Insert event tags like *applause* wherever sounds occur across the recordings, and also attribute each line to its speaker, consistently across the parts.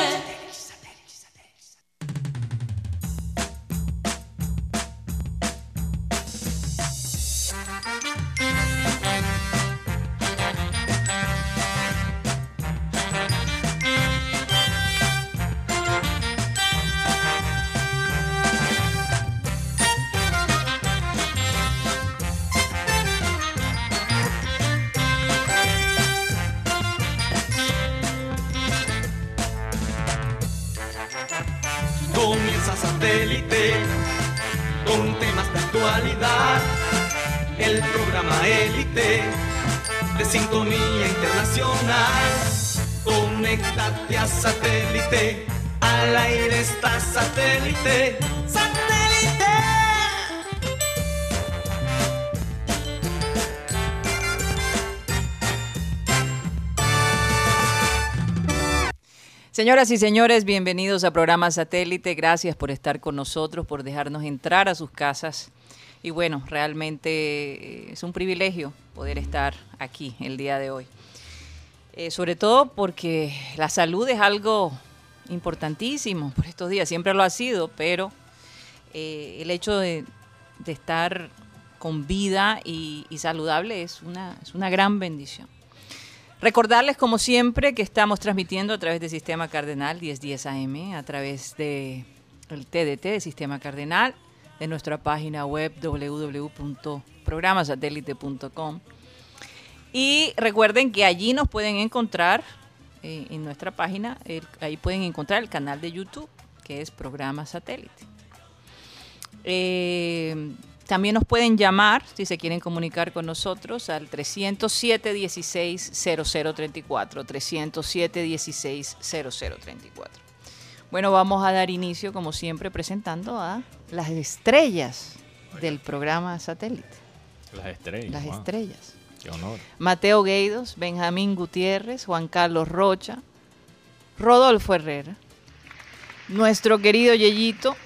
Speaker 1: Satellite.
Speaker 2: Comienza satélite con temas de actualidad. El programa élite de sintonía internacional. Conéctate a satélite. Al aire está satélite. ¡Satélite!
Speaker 3: Señoras y señores, bienvenidos a programa Satélite. Gracias por estar con nosotros, por dejarnos entrar a sus casas. Y bueno, realmente eh, es un privilegio poder estar aquí el día de hoy. Eh, sobre todo porque la salud es algo importantísimo por estos días, siempre lo ha sido, pero eh, el hecho de, de estar con vida y, y saludable es una, es una gran bendición. Recordarles, como siempre, que estamos transmitiendo a través del Sistema Cardenal 1010 AM, a través del el TDT de Sistema Cardenal, de nuestra página web www.programasatélite.com. Y recuerden que allí nos pueden encontrar, eh, en nuestra página, el- ahí pueden encontrar el canal de YouTube, que es Programa Satélite. Eh, también nos pueden llamar si se quieren comunicar con nosotros al 307 16 0034. 307 16 0034. Bueno, vamos a dar inicio, como siempre, presentando a las estrellas del programa satélite.
Speaker 4: Las estrellas.
Speaker 3: Las
Speaker 4: wow.
Speaker 3: estrellas.
Speaker 4: Qué honor.
Speaker 3: Mateo Gueidos, Benjamín Gutiérrez, Juan Carlos Rocha, Rodolfo Herrera, nuestro querido Yeyito,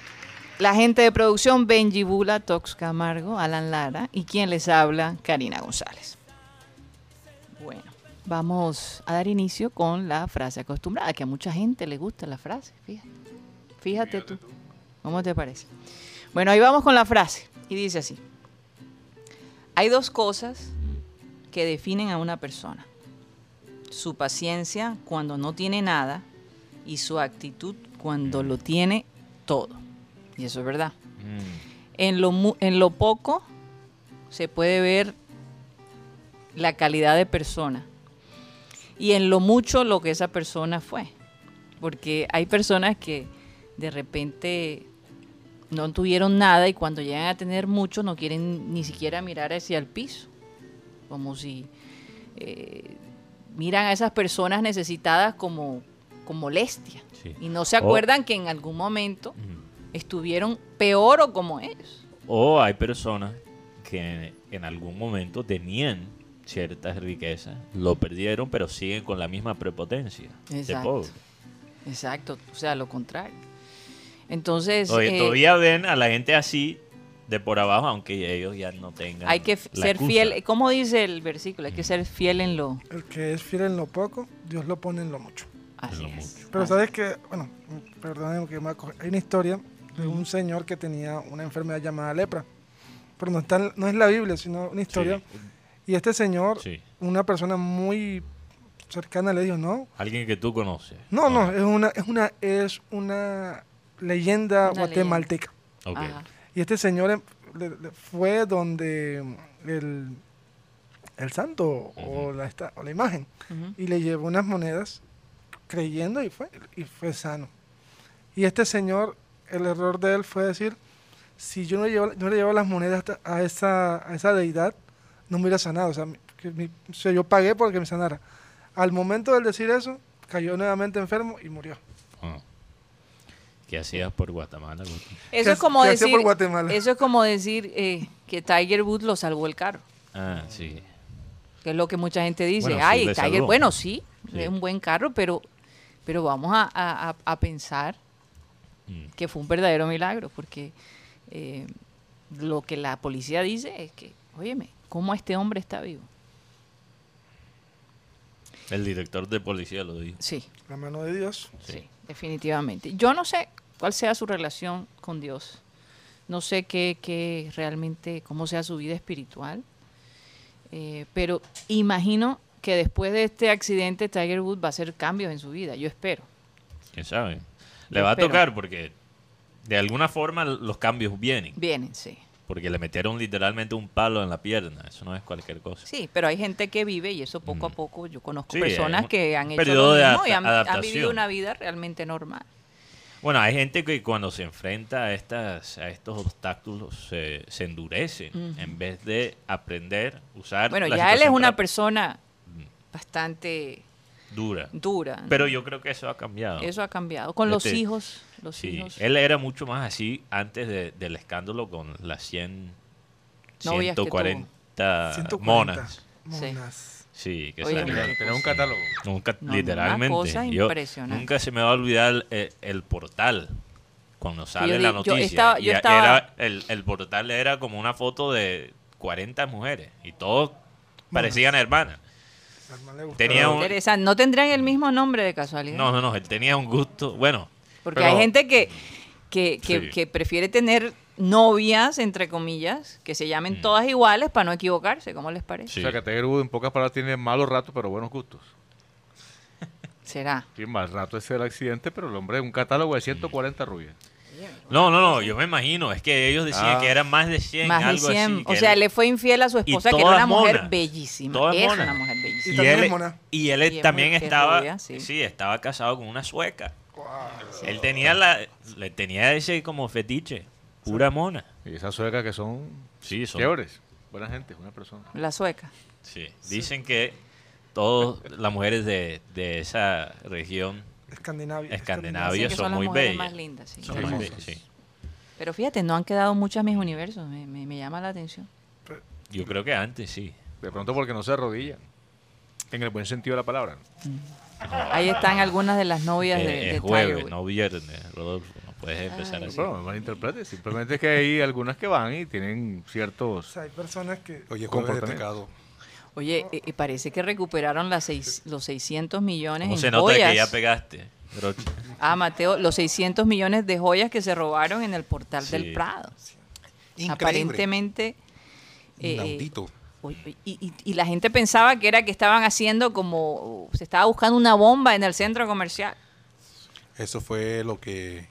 Speaker 3: la gente de producción Benji Bula, Tox Camargo, Alan Lara y quien les habla, Karina González. Bueno, vamos a dar inicio con la frase acostumbrada, que a mucha gente le gusta la frase, fíjate. Fíjate tú. ¿Cómo te parece? Bueno, ahí vamos con la frase y dice así. Hay dos cosas que definen a una persona. Su paciencia cuando no tiene nada y su actitud cuando lo tiene todo. Y eso es verdad.
Speaker 5: Mm.
Speaker 3: En lo, mu- en lo poco se puede ver la calidad de persona y en lo mucho lo que esa persona fue. Porque hay personas que de repente no tuvieron nada y cuando llegan a tener mucho no quieren ni siquiera mirar hacia el piso. Como si eh, miran a esas personas necesitadas como con molestia
Speaker 4: Sí.
Speaker 3: y no se
Speaker 4: O-
Speaker 3: acuerdan que en algún momento estuvieron peor o como ellos.
Speaker 4: O hay personas que en algún momento tenían ciertas riquezas, lo perdieron, pero siguen con la misma prepotencia de
Speaker 3: Exacto.
Speaker 4: pobre.
Speaker 3: Exacto, o sea, lo contrario. Entonces,
Speaker 4: Oye,
Speaker 3: eh,
Speaker 4: todavía ven a la gente así de por abajo, aunque ellos ya no tengan.
Speaker 3: hay que f-
Speaker 4: la
Speaker 3: ser
Speaker 4: excusa.
Speaker 3: fiel, ¿cómo dice el versículo? Hay que ser fiel en lo...
Speaker 5: El que es fiel en lo poco, Dios lo pone en lo mucho.
Speaker 3: Así
Speaker 4: lo Ah,
Speaker 3: es.
Speaker 5: Pero
Speaker 3: así-
Speaker 5: sabes que, bueno, perdonen que me voy a coger- Hay una historia de un señor que tenía una enfermedad llamada lepra. Pero no, está, en- no es la Biblia, sino una historia. Y este señor,
Speaker 4: Sí.
Speaker 5: una persona muy cercana, le dijo, no,
Speaker 4: Alguien que tú conoces.
Speaker 5: no, no, es una, es una, es una leyenda
Speaker 3: Una
Speaker 5: guatemalteca.
Speaker 4: Ok.
Speaker 3: Ajá.
Speaker 5: Y este señor em- le- le- fue donde el, el santo o, la, esta- o la imagen
Speaker 3: Ujú.
Speaker 5: y le llevó unas monedas creyendo y fue, y fue sano. Y este señor, el error de él fue decir, si yo no, llevo, yo no le llevo las monedas ta- a esa, a esa deidad, no me hubiera sanado. O sea, mi- que mi- o sea, yo pagué porque me sanara. Al momento de él decir eso, cayó nuevamente enfermo y murió.
Speaker 4: Ah. ¿Qué hacías por Guatemala? Guti?
Speaker 3: Eso
Speaker 5: ¿Qué
Speaker 3: es como
Speaker 5: ha- qué hacía
Speaker 3: decir,
Speaker 5: por Guatemala?
Speaker 3: eso es como decir eh, que Tiger Woods lo salvó el carro,
Speaker 4: Ah, sí.
Speaker 3: que es lo que mucha gente dice.
Speaker 4: Bueno, sí,
Speaker 3: Ay,
Speaker 4: le
Speaker 3: Tiger,
Speaker 4: salvó".
Speaker 3: bueno, sí,
Speaker 4: Sí.
Speaker 3: es un buen carro, pero, pero vamos a, a- a- a pensar
Speaker 4: Mm.
Speaker 3: que fue un verdadero milagro, porque eh, lo que la policía dice es que, óyeme, ¿cómo este hombre está vivo?
Speaker 4: El director de policía lo dijo.
Speaker 3: Sí,
Speaker 5: La mano de Dios.
Speaker 3: sí,
Speaker 4: Sí.
Speaker 3: definitivamente. Yo no sé cuál sea su relación con Dios. No sé qué, qué realmente, cómo sea su vida espiritual. Eh, pero imagino que después de este accidente Tiger Woods va a hacer cambios en su vida. Yo espero.
Speaker 4: ¿Quién sabe? Le
Speaker 3: Yo
Speaker 4: va a
Speaker 3: espero.
Speaker 4: tocar porque de alguna forma los cambios vienen.
Speaker 3: Vienen, sí.
Speaker 4: Porque le metieron literalmente un palo en la pierna. Eso no es cualquier cosa.
Speaker 3: Sí, pero hay gente que vive y eso poco a poco yo conozco
Speaker 4: Mm. Sí,
Speaker 3: personas
Speaker 4: es un-
Speaker 3: que han
Speaker 4: un
Speaker 3: hecho
Speaker 4: periodo
Speaker 3: lo
Speaker 4: de
Speaker 3: mismo y
Speaker 4: adapta-
Speaker 3: han, han
Speaker 4: adaptación.
Speaker 3: vivido una vida realmente normal.
Speaker 4: Bueno, hay gente que cuando se enfrenta a, estas, a estos obstáculos se, se endurece en vez de aprender, usar.
Speaker 3: Bueno,
Speaker 4: la
Speaker 3: ya él es
Speaker 4: situación
Speaker 3: una
Speaker 4: para-
Speaker 3: persona bastante
Speaker 4: dura.
Speaker 3: dura. ¿no?
Speaker 4: Pero yo creo que eso ha cambiado.
Speaker 3: eso ha cambiado con los
Speaker 4: Este,
Speaker 3: hijos, los
Speaker 4: Sí,
Speaker 3: hijos.
Speaker 4: él era mucho más así antes de- del escándalo con las 100,
Speaker 3: Novias que
Speaker 4: 140
Speaker 5: 140
Speaker 4: Ah, monas.
Speaker 3: Sí.
Speaker 5: monas.
Speaker 4: Sí, que
Speaker 3: Oye,
Speaker 4: salió.
Speaker 3: mira,
Speaker 1: Tener un catálogo.
Speaker 4: Nunca,
Speaker 3: No, no, una
Speaker 4: literalmente.
Speaker 3: cosa
Speaker 4: yo-
Speaker 3: impresionante.
Speaker 4: nunca se me va a olvidar eh, el, portal. Cuando sale
Speaker 3: di-
Speaker 4: la
Speaker 3: yo
Speaker 4: noticia.
Speaker 3: estaba- yo
Speaker 4: y a-
Speaker 3: estaba-
Speaker 4: era- el, el portal era como una foto de 40 mujeres. Y todos parecían hermanas.
Speaker 5: Al man le gustaba.
Speaker 4: Tenía un-
Speaker 3: Interesante. No tendrían el mismo nombre de casualidad.
Speaker 4: No, no, no. Él tenía un gusto. Bueno.
Speaker 3: porque
Speaker 4: pero- Mm.
Speaker 3: hay gente que, que, que-
Speaker 4: Sí.
Speaker 3: que prefiere tener novias, entre comillas, que se llamen todas iguales para no equivocarse. ¿Cómo les parece?
Speaker 4: Mm. Sí.
Speaker 1: O sea, que Tiger Woods en pocas palabras tiene malos ratos, pero buenos gustos.
Speaker 3: Será.
Speaker 1: Sí, mal rato ese del accidente, pero el hombre es un catálogo de 140 rubias.
Speaker 4: No, no, no. Yo me imagino. Es que ellos decían
Speaker 1: Ah.
Speaker 4: que eran más de 100.
Speaker 3: Más de
Speaker 4: algo
Speaker 3: 100.
Speaker 4: así,
Speaker 3: o
Speaker 4: que
Speaker 3: sea,
Speaker 4: él-
Speaker 3: le fue infiel a su esposa, que era
Speaker 4: todas
Speaker 3: una mujer
Speaker 4: monas.
Speaker 3: bellísima.
Speaker 4: Todas
Speaker 3: Es
Speaker 4: monas.
Speaker 3: una mujer
Speaker 5: Y
Speaker 3: bellísima.
Speaker 4: Y él,
Speaker 5: también mona.
Speaker 4: y él
Speaker 3: Y es
Speaker 4: también
Speaker 3: muy- es
Speaker 4: estaba,
Speaker 3: rubia, sí.
Speaker 4: sí. estaba casado con una sueca. Él tenía la, le tenía ese como fetiche, pura mona.
Speaker 1: Y esas suecas que son
Speaker 4: Sí, son-
Speaker 1: chéveres. Buena gente, buena persona.
Speaker 3: La sueca.
Speaker 4: sí. Dicen que todas las mujeres de, de esa región
Speaker 5: Escandinavia.
Speaker 4: Escandinavia.
Speaker 3: Dicen
Speaker 4: Ellas
Speaker 3: que
Speaker 4: son
Speaker 3: son las
Speaker 4: muy
Speaker 3: mujeres
Speaker 4: bellas.
Speaker 3: más lindas. sí.
Speaker 4: son
Speaker 1: Hermosas.
Speaker 4: muy bellas, sí.
Speaker 3: Pero fíjate, no han quedado muchas mis universos. Me, me- me llama la atención.
Speaker 4: Yo creo que antes sí.
Speaker 1: De pronto porque no se arrodillan. En el buen sentido de la palabra.
Speaker 3: Ahí están algunas de las novias
Speaker 4: Eh,
Speaker 3: de, de
Speaker 4: es
Speaker 3: Tiger
Speaker 4: jueves,
Speaker 3: Woods.
Speaker 4: no viernes, Rodolfo. No puedes empezar
Speaker 3: Ay.
Speaker 4: así.
Speaker 1: Bueno, no malinterprete. Simplemente es que hay algunas que van y tienen
Speaker 5: O
Speaker 1: ciertos...
Speaker 5: sea, hay personas que.
Speaker 6: Oye, jueves de
Speaker 1: Comportamiento.
Speaker 6: pecado.
Speaker 3: Oye, y, y parece que recuperaron las seis- los 600 millones
Speaker 4: ¿Cómo
Speaker 3: en
Speaker 4: se nota
Speaker 3: joyas.
Speaker 4: que ya pegaste, Rocha?
Speaker 3: ah, Mateo, los 600 millones de joyas que se robaron en el portal
Speaker 4: Sí.
Speaker 3: del Prado.
Speaker 6: Increíble.
Speaker 3: Aparentemente. eh,
Speaker 6: Inaudito.
Speaker 3: Uy, uy, Y, y- y la gente pensaba que era que estaban haciendo como, uh, se estaba buscando una bomba en el centro comercial.
Speaker 6: Eso fue lo que,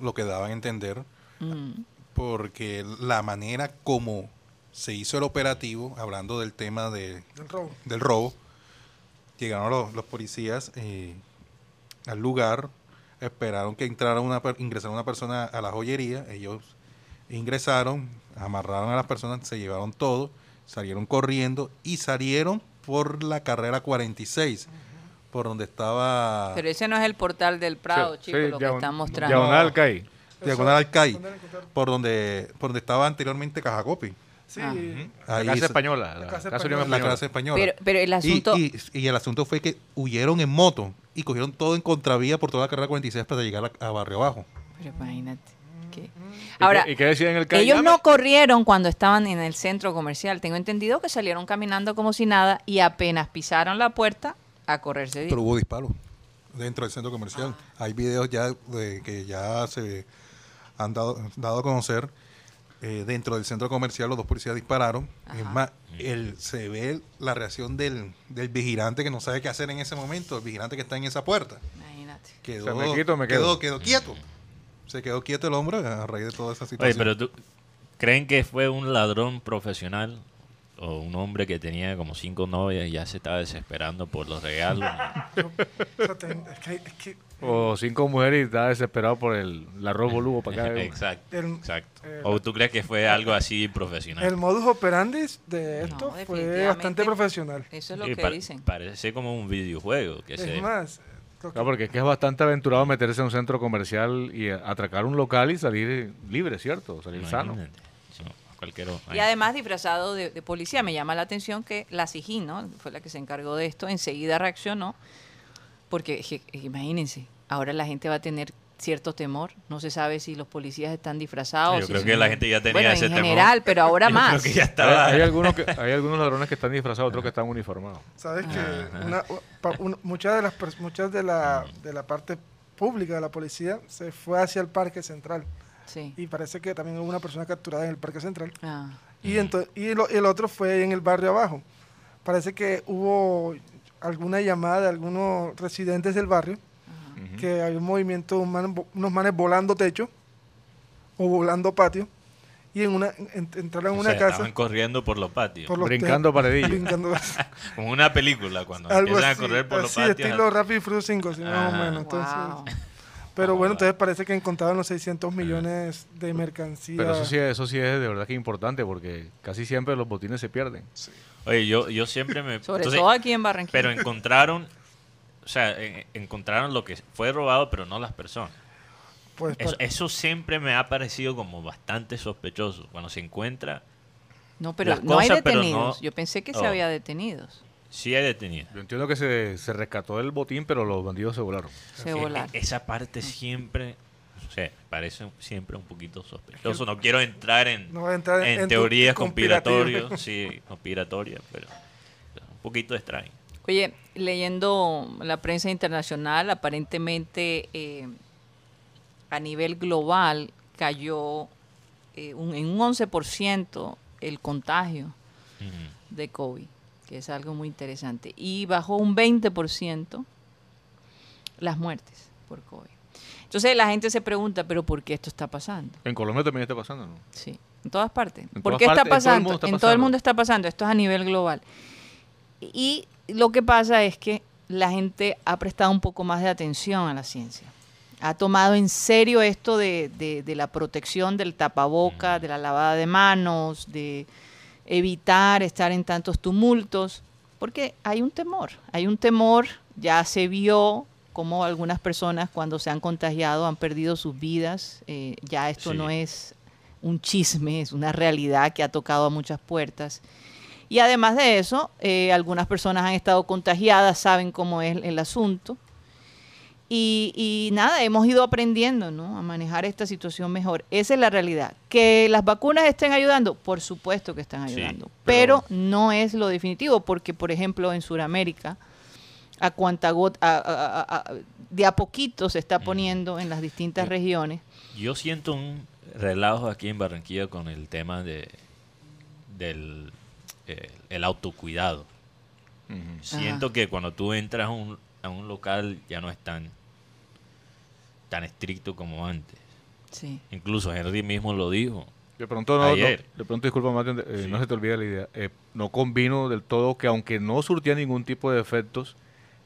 Speaker 6: lo que daba a entender. Porque la manera como se hizo el operativo, hablando del tema de,
Speaker 5: Del robo.
Speaker 6: del robo, llegaron los, los policías eh, al lugar, esperaron que entrara una per- ingresara una persona a la joyería, ellos ingresaron, amarraron a las personas, se llevaron todo, salieron corriendo y salieron por la carrera 46, por donde estaba
Speaker 3: Pero ese no es el portal del Prado,
Speaker 1: Ah. Sí,
Speaker 3: chicos,
Speaker 1: sí,
Speaker 3: lo que
Speaker 1: diagon-
Speaker 3: están mostrando.
Speaker 1: Diagonal caí.
Speaker 6: Diagonal al CAI,
Speaker 5: ¿Dónde la encontraron?
Speaker 6: por donde, por donde estaba anteriormente Cajacopi.
Speaker 5: Sí.
Speaker 3: Ah.
Speaker 1: La
Speaker 6: Ahí
Speaker 1: casa
Speaker 6: se-
Speaker 1: española.
Speaker 5: la
Speaker 1: La
Speaker 5: Casa
Speaker 1: casa Unión
Speaker 6: la
Speaker 1: Española.
Speaker 6: clase española.
Speaker 3: Pero, pero el
Speaker 6: Y-
Speaker 3: asunto,
Speaker 6: Y, y el asunto fue que huyeron en moto y cogieron todo en contravía por toda la carrera 46 para llegar a, a Barrio Abajo.
Speaker 3: pero imagínate. que-
Speaker 1: ¿Y qué-
Speaker 3: Ahora,
Speaker 1: ¿Y qué decían en el CAI?
Speaker 3: ellos
Speaker 1: Ah,
Speaker 3: no
Speaker 1: ma-
Speaker 3: corrieron cuando estaban en el centro comercial. Tengo entendido que salieron caminando como si nada y apenas pisaron la puerta a correrse.
Speaker 6: Pero hubo disparos dentro del centro comercial.
Speaker 3: Ah.
Speaker 6: Hay videos ya de, que ya se han dado, dado a conocer. Eh, dentro del centro comercial los dos policías dispararon. Es
Speaker 3: Ajá.
Speaker 6: más, el, se ve la reacción del, del vigilante que no sabe qué hacer en ese momento, el vigilante que está en esa puerta.
Speaker 3: Imagínate.
Speaker 6: Quedó,
Speaker 1: O sea, me quito, me quedo.
Speaker 6: quedó, quedó quieto. Se quedó quieto el hombre a raíz de toda esa
Speaker 4: Oye,
Speaker 6: situación.
Speaker 4: pero tú, ¿creen que fue un ladrón profesional? O un hombre que tenía como cinco novias y ya se estaba desesperando por los regalos.
Speaker 5: *laughs* O sea, ten- es que, es que
Speaker 1: O cinco mujeres y está desesperado por el, la robo lugo para *laughs* acá.
Speaker 4: *laughs* exacto,
Speaker 5: El-
Speaker 4: exacto.
Speaker 5: el-
Speaker 4: ¿O tú crees que fue algo así profesional?
Speaker 5: Eh, el modus operandi de esto
Speaker 3: No,
Speaker 5: fue bastante
Speaker 3: definitivamente.
Speaker 5: profesional.
Speaker 3: Eso es lo
Speaker 4: Sí,
Speaker 3: que
Speaker 4: pa-
Speaker 3: dicen.
Speaker 4: Parece como un videojuego. Que se,
Speaker 5: Es más, lo que-
Speaker 1: No, porque es que es bastante aventurado meterse en un centro comercial y a- atracar un local y salir libre, ¿cierto? Salir sano.
Speaker 4: imagínate, no, cualquier-
Speaker 3: Y además disfrazado de, de policía. Me llama la atención que la SIGIN, ¿no? Fue la que se encargó de esto. Enseguida reaccionó. Porque je- imagínense, ahora "Eh, la gente va a tener cierto temor. No se sabe si los policías están disfrazados. si
Speaker 4: Yo creo
Speaker 3: son-
Speaker 4: que la gente ya tenía
Speaker 3: bueno,
Speaker 4: ese
Speaker 3: en
Speaker 4: temor.
Speaker 3: general, pero ahora
Speaker 4: *laughs* Yo
Speaker 3: más.
Speaker 4: Creo que ya estaba.
Speaker 1: Hay, hay algunos que- hay algunos ladrones que están disfrazados, otros que están uniformados.
Speaker 5: Sabes que una- u- pa- un- muchas de las pers- muchas de la, de la parte pública de la policía se fue hacia el parque central
Speaker 3: Sí.
Speaker 5: y parece que también hubo una persona capturada en el parque central
Speaker 3: Ah,
Speaker 5: y ento- y lo- el otro fue en el barrio abajo parece que hubo alguna llamada de algunos residentes del barrio que había un movimiento de un man vo- unos manes volando techo o volando patio y en una en-
Speaker 4: *laughs*
Speaker 5: entraron en
Speaker 4: o
Speaker 5: una
Speaker 4: sea,
Speaker 5: casa
Speaker 4: Estaban corriendo por los patios.
Speaker 5: por los
Speaker 1: Brincando
Speaker 5: tejos,
Speaker 4: *laughs*
Speaker 1: paredillas.
Speaker 5: brincando *laughs*
Speaker 4: Como una película, cuando
Speaker 5: algo
Speaker 4: empiezan
Speaker 5: así,
Speaker 4: a correr por los
Speaker 5: así,
Speaker 4: patios. Ah,
Speaker 5: estilo Rápido y Furioso 5, sí, más o
Speaker 4: Ajá.
Speaker 5: menos. Entonces,
Speaker 3: wow.
Speaker 5: Pero bueno, entonces parece que encontraron los 600 millones de mercancía.
Speaker 1: Pero eso sí, eso sí es de verdad que importante porque casi siempre los botines se pierden.
Speaker 4: Oye, yo, yo siempre me...
Speaker 3: Sobre
Speaker 4: entonces,
Speaker 3: todo aquí en Barranquilla.
Speaker 4: *laughs* Pero encontraron... O sea, en- encontraron lo que fue robado, pero no las personas.
Speaker 5: Pues,
Speaker 4: Eso,
Speaker 5: pa-
Speaker 4: eso siempre me ha parecido como bastante sospechoso. Cuando se encuentra,
Speaker 3: no, pero
Speaker 4: las
Speaker 3: no hay
Speaker 4: cosas, pero no-
Speaker 3: detenidos. Yo pensé que se
Speaker 4: Oh.
Speaker 3: había detenidos.
Speaker 4: sí hay detenido.
Speaker 1: Yo entiendo que se, se rescató del botín, pero los bandidos se volaron.
Speaker 3: Se
Speaker 4: E- e-
Speaker 3: volaron.
Speaker 4: Esa parte siempre... O sea, me parece un- siempre un poquito sospechoso. No quiero entrar en,
Speaker 5: No voy a entrar
Speaker 4: en
Speaker 5: en tu-
Speaker 4: teorías
Speaker 5: conspirativa.
Speaker 4: conspiratorias. Sí, conspiratorias, pero un poquito
Speaker 5: *laughs*
Speaker 4: extraño.
Speaker 3: Oye, leyendo la prensa internacional, aparentemente eh, a nivel global cayó eh, un- en un 11% el contagio
Speaker 4: Ujú.
Speaker 3: de COVID, que es algo muy interesante. Y bajó un 20% las muertes por COVID. Entonces la gente se pregunta, pero ¿por qué esto está pasando?
Speaker 1: En Colombia también está pasando, ¿no?
Speaker 3: Sí, en todas partes.
Speaker 1: En
Speaker 3: ¿Por
Speaker 1: todas
Speaker 3: qué está
Speaker 1: partes, en todo el
Speaker 3: pasando?
Speaker 1: mundo está
Speaker 3: En todo el
Speaker 1: pasando.
Speaker 3: mundo está pasando. Esto es a nivel global. Y lo que pasa es que la gente ha prestado un poco más de atención a la ciencia. Ha tomado en serio esto de, de- de la protección del tapaboca, de la lavada de manos, de evitar estar en tantos tumultos, porque hay un temor, hay un temor, ya se vio como algunas personas cuando se han contagiado han perdido sus vidas, eh, ya esto
Speaker 4: Sí.
Speaker 3: no es un chisme, es una realidad que ha tocado a muchas puertas. Y además de eso, eh, algunas personas han estado contagiadas, saben cómo es el asunto. Y, y nada, hemos ido aprendiendo ¿no? a manejar esta situación mejor. Esa es la realidad. Que las vacunas estén ayudando, por supuesto que están
Speaker 4: Sí,
Speaker 3: ayudando. pero,
Speaker 4: pero-
Speaker 3: no es lo definitivo, porque por ejemplo en Sudamérica, a cuanta gota- a- a- a- a- de a poquito se
Speaker 4: Mm.
Speaker 3: está poniendo en las distintas
Speaker 4: Yo-
Speaker 3: regiones.
Speaker 4: Yo siento un relajo aquí en Barranquilla con el tema de del eh, el autocuidado. Siento que cuando tú entras a un, a un local ya no es tan, tan estricto como antes.
Speaker 3: Sí.
Speaker 4: Incluso Henry mismo lo dijo.
Speaker 1: De pronto, no, no-
Speaker 4: Ayer.
Speaker 1: de pronto disculpa, Mati, eh, no se te olvide la idea. Eh, no combino del todo que aunque no surtía ningún tipo de efectos,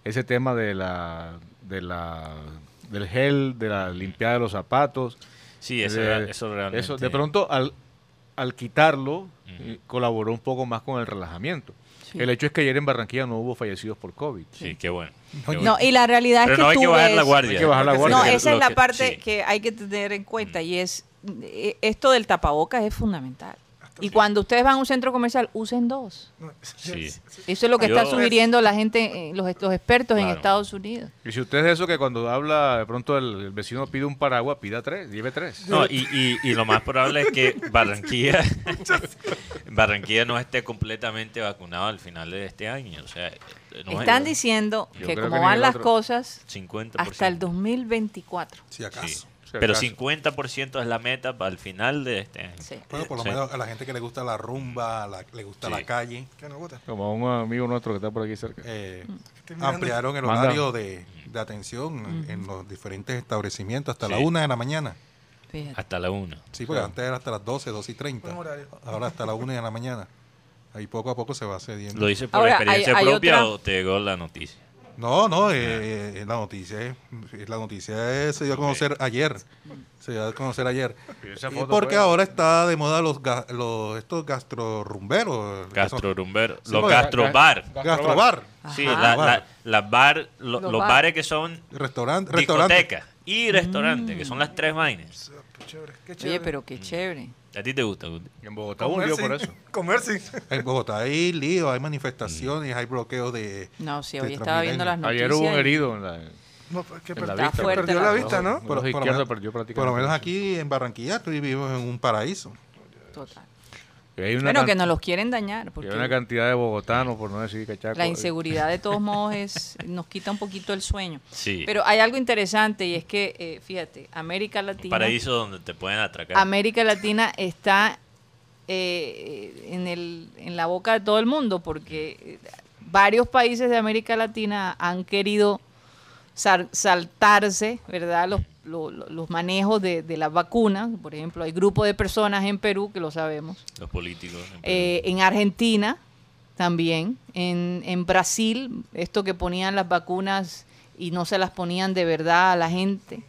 Speaker 1: ese tema de la, de la, del gel, de la limpiada de los zapatos,
Speaker 4: Sí, eso,
Speaker 1: de-
Speaker 4: era- eso realmente.
Speaker 1: Eh, eso, de pronto al, al quitarlo eh,
Speaker 4: Ujú.
Speaker 1: colaboró un poco más con el relajamiento.
Speaker 3: Sí.
Speaker 1: El hecho es que ayer en Barranquilla no hubo fallecidos por COVID.
Speaker 4: Sí, qué bueno. qué bueno.
Speaker 3: No, y la realidad
Speaker 4: Pero
Speaker 3: es que
Speaker 4: no hay
Speaker 3: tú
Speaker 4: que bajar la
Speaker 3: ves-
Speaker 4: guardia.
Speaker 1: Hay que bajar la guardia.
Speaker 3: No,
Speaker 1: Porque
Speaker 3: esa es
Speaker 4: Lo
Speaker 3: la
Speaker 4: que-
Speaker 3: parte
Speaker 4: sí.
Speaker 3: que hay que tener en cuenta
Speaker 1: Mm.
Speaker 3: y es eh, esto del tapabocas es fundamental. Y cuando ustedes van a un centro comercial, usen dos.
Speaker 5: no,
Speaker 4: Sí.
Speaker 3: Eso es lo que
Speaker 4: Yo-
Speaker 3: está sugiriendo la gente, eh, los, los expertos en
Speaker 4: Claro.
Speaker 3: Estados Unidos.
Speaker 1: Y si usted es de eso que cuando habla, de pronto el, el vecino pide un paraguas, pida tres, lleve tres.
Speaker 4: No, y, y- y lo más probable es
Speaker 3: *laughs*
Speaker 4: que Barranquilla, *laughs* Barranquilla no esté completamente vacunado al final de este año. O sea, eh, no
Speaker 3: Están
Speaker 4: es-
Speaker 3: diciendo
Speaker 1: Yo
Speaker 3: que
Speaker 1: creo
Speaker 3: como
Speaker 1: que ni
Speaker 3: van
Speaker 1: el
Speaker 3: las
Speaker 1: otro.
Speaker 3: cosas,
Speaker 4: 50%.
Speaker 3: hasta el 2024.
Speaker 6: si acaso.
Speaker 4: Sí.
Speaker 1: Si
Speaker 4: Pero
Speaker 1: acaso.
Speaker 4: 50% es la meta para el final de este año.
Speaker 3: Sí.
Speaker 6: Bueno, por lo
Speaker 4: Sí.
Speaker 6: menos a la gente que le gusta la rumba, la- le gusta la
Speaker 4: Sí.
Speaker 6: calle,
Speaker 5: que no voten.
Speaker 1: Como un amigo nuestro que está por aquí cerca.
Speaker 6: eh,
Speaker 5: Estoy mirando-
Speaker 6: ampliaron el
Speaker 1: Manda.
Speaker 6: horario de, de atención en- en los diferentes establecimientos hasta la
Speaker 4: Sí.
Speaker 6: una de la mañana.
Speaker 3: Fíjate.
Speaker 1: Ah,
Speaker 4: Hasta la 1.
Speaker 6: Sí, porque antes era hasta las 12, 12 y 30.
Speaker 5: Buen horario.
Speaker 6: Ahora hasta la 1 de la mañana. Ahí poco a poco se va cediendo.
Speaker 4: ¿Lo dices por
Speaker 3: Ahora,
Speaker 4: experiencia
Speaker 3: hay- hay
Speaker 4: propia
Speaker 3: otra-
Speaker 4: o te llegó la noticia?
Speaker 6: No, no, eh, eh, la noticia es- eh, la noticia es- se dio a conocer ayer. Se dio a conocer ayer.
Speaker 1: Y esa
Speaker 6: Eh,
Speaker 1: foto,
Speaker 6: porque
Speaker 1: pues.
Speaker 6: ahora está de moda los, ga- los estos gastrorumberos.
Speaker 4: Gastro rumbero.
Speaker 6: Sí,
Speaker 4: los
Speaker 6: porque-
Speaker 4: gastrobar.
Speaker 6: Gastrobar.
Speaker 4: Sí,
Speaker 3: Ajá.
Speaker 4: la- la- las bar, lo-
Speaker 3: Los
Speaker 4: los
Speaker 3: bar.
Speaker 4: bares que son
Speaker 6: Restaurante. Restaurante.
Speaker 4: discotecas y restaurantes,
Speaker 3: Mm.
Speaker 4: que son las tres vainas.
Speaker 5: Qué chévere, qué chévere.
Speaker 3: Oye, pero
Speaker 1: Mm.
Speaker 3: qué chévere.
Speaker 4: ¿A ti te gusta? Guti?
Speaker 1: En Bogotá hubo un
Speaker 5: Comer
Speaker 1: lío
Speaker 5: sí.
Speaker 1: por eso.
Speaker 5: *laughs* Comer sí.
Speaker 6: En Bogotá hay lío, hay manifestaciones, hay bloqueos de.
Speaker 3: No, sí,
Speaker 6: de
Speaker 3: hoy estaba viendo
Speaker 6: Transmilenio.
Speaker 3: las noticias.
Speaker 1: Ayer hubo un
Speaker 3: y-
Speaker 1: herido en la,
Speaker 5: No, pues, que
Speaker 1: En la
Speaker 5: per-
Speaker 1: vista.
Speaker 3: fuerte
Speaker 5: perdió
Speaker 3: la
Speaker 5: la
Speaker 3: cosa.
Speaker 5: vista, ¿no?
Speaker 1: Por,
Speaker 6: Por- por lo
Speaker 1: izquierda
Speaker 6: menos-
Speaker 1: perdió prácticamente.
Speaker 6: Por lo menos aquí en Barranquilla tú vivimos en un paraíso.
Speaker 3: Total.
Speaker 1: Y hay una
Speaker 3: Bueno,
Speaker 1: can-
Speaker 3: que nos los quieren dañar.
Speaker 1: y hay
Speaker 3: Porque
Speaker 1: una cantidad de bogotanos, por no decir eh, cachacos.
Speaker 3: la inseguridad de
Speaker 1: *laughs*
Speaker 3: todos modos es, nos quita un poquito el sueño.
Speaker 4: Sí.
Speaker 3: Pero hay algo interesante y es que, eh, fíjate, América Latina...
Speaker 4: Un paraíso donde te pueden atracar.
Speaker 3: América Latina está eh, en, el, en la boca de todo el mundo porque eh, varios países de América Latina han querido sal- saltarse, ¿verdad? Los, lo- lo- los manejos de, de las vacunas. Por ejemplo, hay grupos de personas en Perú, que lo sabemos,
Speaker 4: Los políticos. en Perú.
Speaker 3: eh, en Argentina también, en, en Brasil, esto que ponían las vacunas y no se las ponían de verdad a la gente.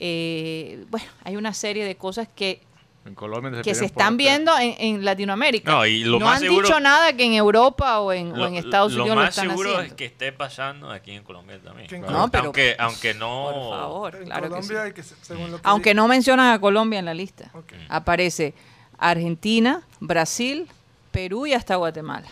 Speaker 3: Eh, bueno, hay una serie de cosas que,
Speaker 1: En Colombia se
Speaker 3: que
Speaker 1: pelean
Speaker 3: se
Speaker 1: por
Speaker 3: están
Speaker 1: otra-
Speaker 3: viendo en, en Latinoamérica.
Speaker 4: No, y lo
Speaker 3: No
Speaker 4: más
Speaker 3: han
Speaker 4: seguro-
Speaker 3: dicho nada que en Europa o en, o
Speaker 4: Lo-
Speaker 3: en Estados
Speaker 4: lo
Speaker 3: Unidos lo,
Speaker 4: más
Speaker 3: están
Speaker 4: seguro
Speaker 3: haciendo.
Speaker 4: es que esté pasando aquí en Colombia también.
Speaker 5: Que en
Speaker 3: No, pero-
Speaker 4: aunque, aunque no.
Speaker 3: Por favor,
Speaker 5: En
Speaker 3: claro que sí.
Speaker 5: Colombia, y que se- según lo que
Speaker 3: Aunque
Speaker 5: dice-
Speaker 3: no mencionan a Colombia en la lista.
Speaker 5: Ok.
Speaker 3: Aparece Argentina, Brasil, Perú y hasta Guatemala.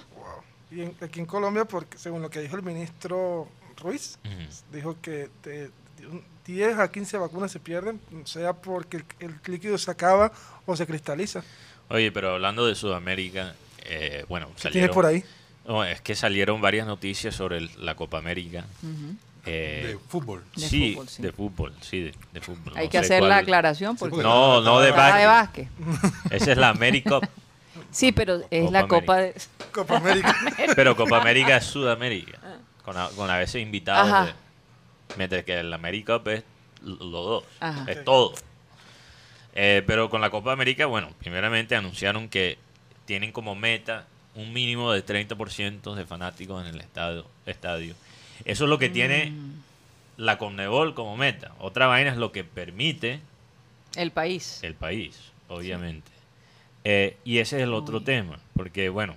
Speaker 5: Y en- aquí en Colombia, porque según lo que dijo el ministro Ruiz,
Speaker 4: Ujú.
Speaker 5: dijo que de- de un 10 a 15 vacunas se pierden, sea porque el, el líquido se acaba o se cristaliza.
Speaker 4: Oye, pero hablando de Sudamérica, eh, bueno,
Speaker 5: ¿Qué tienes
Speaker 4: salieron.
Speaker 5: por ahí?
Speaker 4: No, es que salieron varias noticias sobre el- la Copa América.
Speaker 3: Ujú.
Speaker 4: Eh,
Speaker 6: de fútbol.
Speaker 3: De
Speaker 4: sí,
Speaker 3: fútbol, sí.
Speaker 4: de fútbol, sí, de, de fútbol.
Speaker 3: Hay
Speaker 4: No
Speaker 3: que
Speaker 4: sé
Speaker 3: hacer la
Speaker 4: cuál-
Speaker 3: aclaración porque
Speaker 6: porque-
Speaker 4: No, no de
Speaker 3: estaba de
Speaker 4: básquet.
Speaker 3: Vázquez.
Speaker 4: Esa es la América,
Speaker 3: Sí, pero es
Speaker 4: Copa
Speaker 3: la Copa de...
Speaker 5: Copa América.
Speaker 3: *laughs*
Speaker 4: pero Copa América es Sudamérica. Con a, con a veces invitados.
Speaker 3: Ah. Ajá.
Speaker 4: de- mientras que la América Cup es l- los dos.
Speaker 3: Ajá.
Speaker 4: Es todo. Eh, pero con la Copa América, bueno, primeramente anunciaron que tienen como meta un mínimo de 30% de fanáticos en el estadio. estadio. Eso es lo que tiene
Speaker 3: Mm.
Speaker 4: la Conmebol como meta. Otra vaina es lo que permite
Speaker 3: El país.
Speaker 4: el país, obviamente. Eh, y ese es el otro
Speaker 3: Uy.
Speaker 4: tema, porque bueno,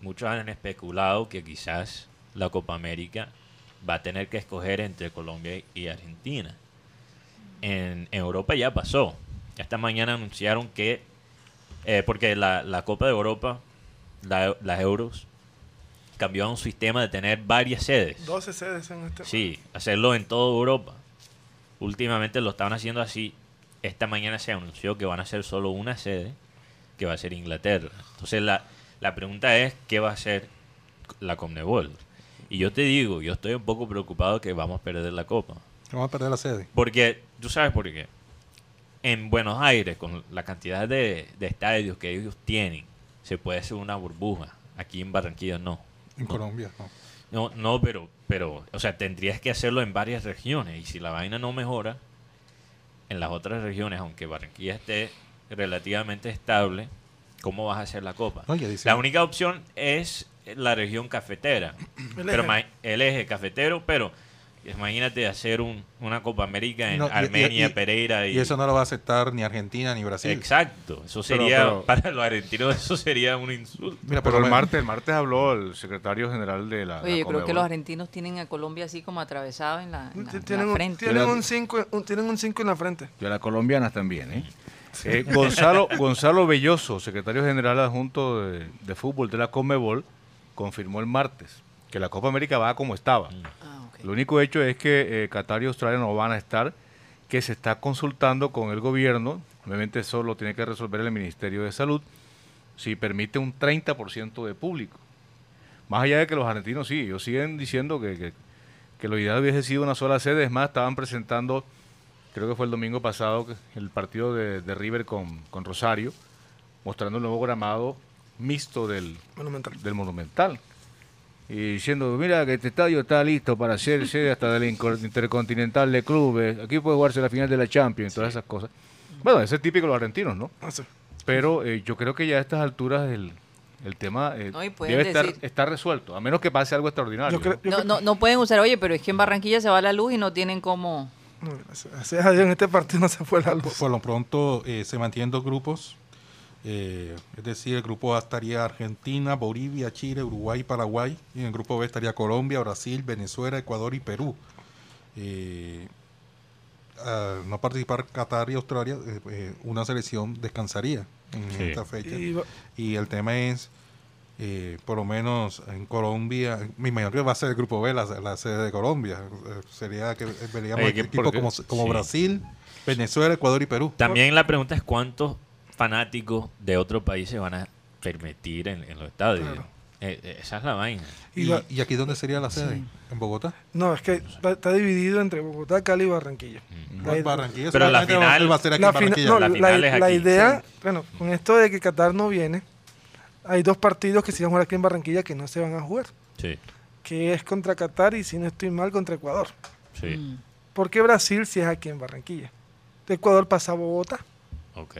Speaker 4: muchos han especulado que quizás la Copa América va a tener que escoger entre Colombia y Argentina. En Europa ya pasó. Esta mañana anunciaron que, eh, porque la, la Copa de Europa, la- las Euros, cambió a un sistema de tener varias sedes.
Speaker 5: 12 sedes en este.
Speaker 4: Sí, hacerlo en toda Europa. Últimamente lo estaban haciendo así. Esta mañana se anunció que van a hacer solo una sede, que va a ser Inglaterra. Entonces la, la pregunta es, ¿qué va a hacer la Conmebol? Y yo te digo, yo estoy un poco preocupado que vamos a perder la Copa.
Speaker 6: Vamos a perder la sede.
Speaker 4: Porque, ¿tú sabes por qué? En Buenos Aires, con la cantidad de, de estadios que ellos tienen, se puede hacer una burbuja. Aquí en Barranquilla no.
Speaker 6: En Colombia, no.
Speaker 4: No, no, pero, pero, o sea, tendrías que hacerlo en varias regiones y si la vaina no mejora, en las otras regiones, aunque Barranquilla esté relativamente estable, ¿cómo vas a hacer la copa?
Speaker 6: Oye, dice-
Speaker 4: La única opción es la región cafetera,
Speaker 5: El
Speaker 4: pero
Speaker 5: eje.
Speaker 4: ma- el eje cafetero, pero imagínate hacer un- una Copa América en
Speaker 6: No, y- y-
Speaker 4: Armenia,
Speaker 6: y-
Speaker 4: Pereira y...
Speaker 6: Y eso no lo va a aceptar ni Argentina ni Brasil.
Speaker 4: Exacto, eso
Speaker 1: Pero-
Speaker 4: sería,
Speaker 1: pero-
Speaker 4: para los argentinos eso sería un insulto.
Speaker 6: Mira,
Speaker 1: Pero
Speaker 6: por lo
Speaker 1: el
Speaker 6: menos-
Speaker 1: martes, el martes habló el secretario general de la.
Speaker 3: Oye,
Speaker 1: la
Speaker 3: yo creo que
Speaker 1: Conmebol.
Speaker 3: los argentinos tienen a Colombia así como atravesado en la, en la- en la
Speaker 5: este, Tienen, un-
Speaker 3: frente.
Speaker 5: tienen
Speaker 1: Yo la-
Speaker 5: un 5 tienen un cinco en la frente.
Speaker 1: Y a las colombianas también, ¿eh? Eh, Gonzalo, *laughs* Gonzalo Belloso, secretario general adjunto de, de fútbol de la Conmebol, confirmó el martes que la Copa América va como estaba.
Speaker 3: Ah, ok.
Speaker 1: Lo único hecho es que eh, Qatar y Australia no van a estar, que se está consultando con el gobierno, obviamente eso lo tiene que resolver el Ministerio de Salud, si permite un 30% de público. Más allá de que los argentinos sí, ellos siguen diciendo que, que, que lo ideal hubiese sido una sola sede, es más, estaban presentando, creo que fue el domingo pasado, que- el partido de, de River con, con Rosario, mostrando el nuevo gramado mixto del,
Speaker 5: Monumental.
Speaker 1: del Monumental. Y diciendo, mira que este estadio está listo para ser sede hasta del Inco- Intercontinental de Clubes. Aquí puede jugarse la final de la Champions, todas esas cosas. Bueno, ese es típico de los argentinos, ¿no?
Speaker 5: No sé.
Speaker 1: Pero eh, yo creo que ya a estas alturas el, el tema eh,
Speaker 3: No, y pueden
Speaker 1: debe estar,
Speaker 3: decir-
Speaker 1: estar resuelto, a menos que pase algo extraordinario.
Speaker 5: Yo creo-
Speaker 1: ¿no?
Speaker 5: yo
Speaker 3: No,
Speaker 5: creo-
Speaker 3: no, no pueden usar, oye, pero es que en Barranquilla se va la luz y no tienen como...
Speaker 5: No, gracias- Gracias a Dios en este partido no se fue la
Speaker 6: Por,
Speaker 5: luz.
Speaker 6: por lo pronto eh, se mantienen dos grupos. eh, es decir, el grupo A estaría Argentina, Bolivia, Chile, Uruguay y Paraguay. Y en el grupo B estaría Colombia, Brasil, Venezuela, Ecuador y Perú. Eh, al no participar Qatar y Australia, eh, eh, una selección descansaría en
Speaker 4: Sí.
Speaker 6: esta fecha.
Speaker 5: Y va-
Speaker 6: Y el tema es eh, por lo menos en Colombia, me imagino que va a ser el grupo B la, la sede de Colombia. Eh, Sería que eh, veríamos
Speaker 4: Oye, que
Speaker 6: equipos
Speaker 1: porque-
Speaker 6: como, como
Speaker 4: sí.
Speaker 6: Brasil, Venezuela, Ecuador y Perú.
Speaker 4: También la pregunta es cuántos fanáticos de otros países van a permitir en, en los estadios. Eh, eh, esa es la vaina.
Speaker 6: ¿Y,
Speaker 5: Y la-
Speaker 6: y aquí dónde sería la sede? ¿En Bogotá?
Speaker 5: No, es que está, está dividido entre Bogotá, Cali y Barranquilla. La idea-
Speaker 6: Barranquilla.
Speaker 4: Pero la
Speaker 6: seguramente va a ser-
Speaker 4: final-
Speaker 6: va a ser aquí
Speaker 5: la
Speaker 6: en
Speaker 5: fina-
Speaker 6: Barranquilla.
Speaker 5: no,
Speaker 4: Mm. la
Speaker 5: la-
Speaker 4: final es
Speaker 5: la
Speaker 4: aquí,
Speaker 5: idea, bueno, con esto de que Qatar no viene, hay dos partidos que se van a jugar aquí en Barranquilla que no se van a jugar,
Speaker 4: Sí,
Speaker 5: que es contra Qatar y si no estoy mal contra Ecuador.
Speaker 4: sí.
Speaker 3: Mm.
Speaker 5: Porque Brasil sí es aquí en Barranquilla. De Ecuador pasa a Bogotá.
Speaker 4: Ok.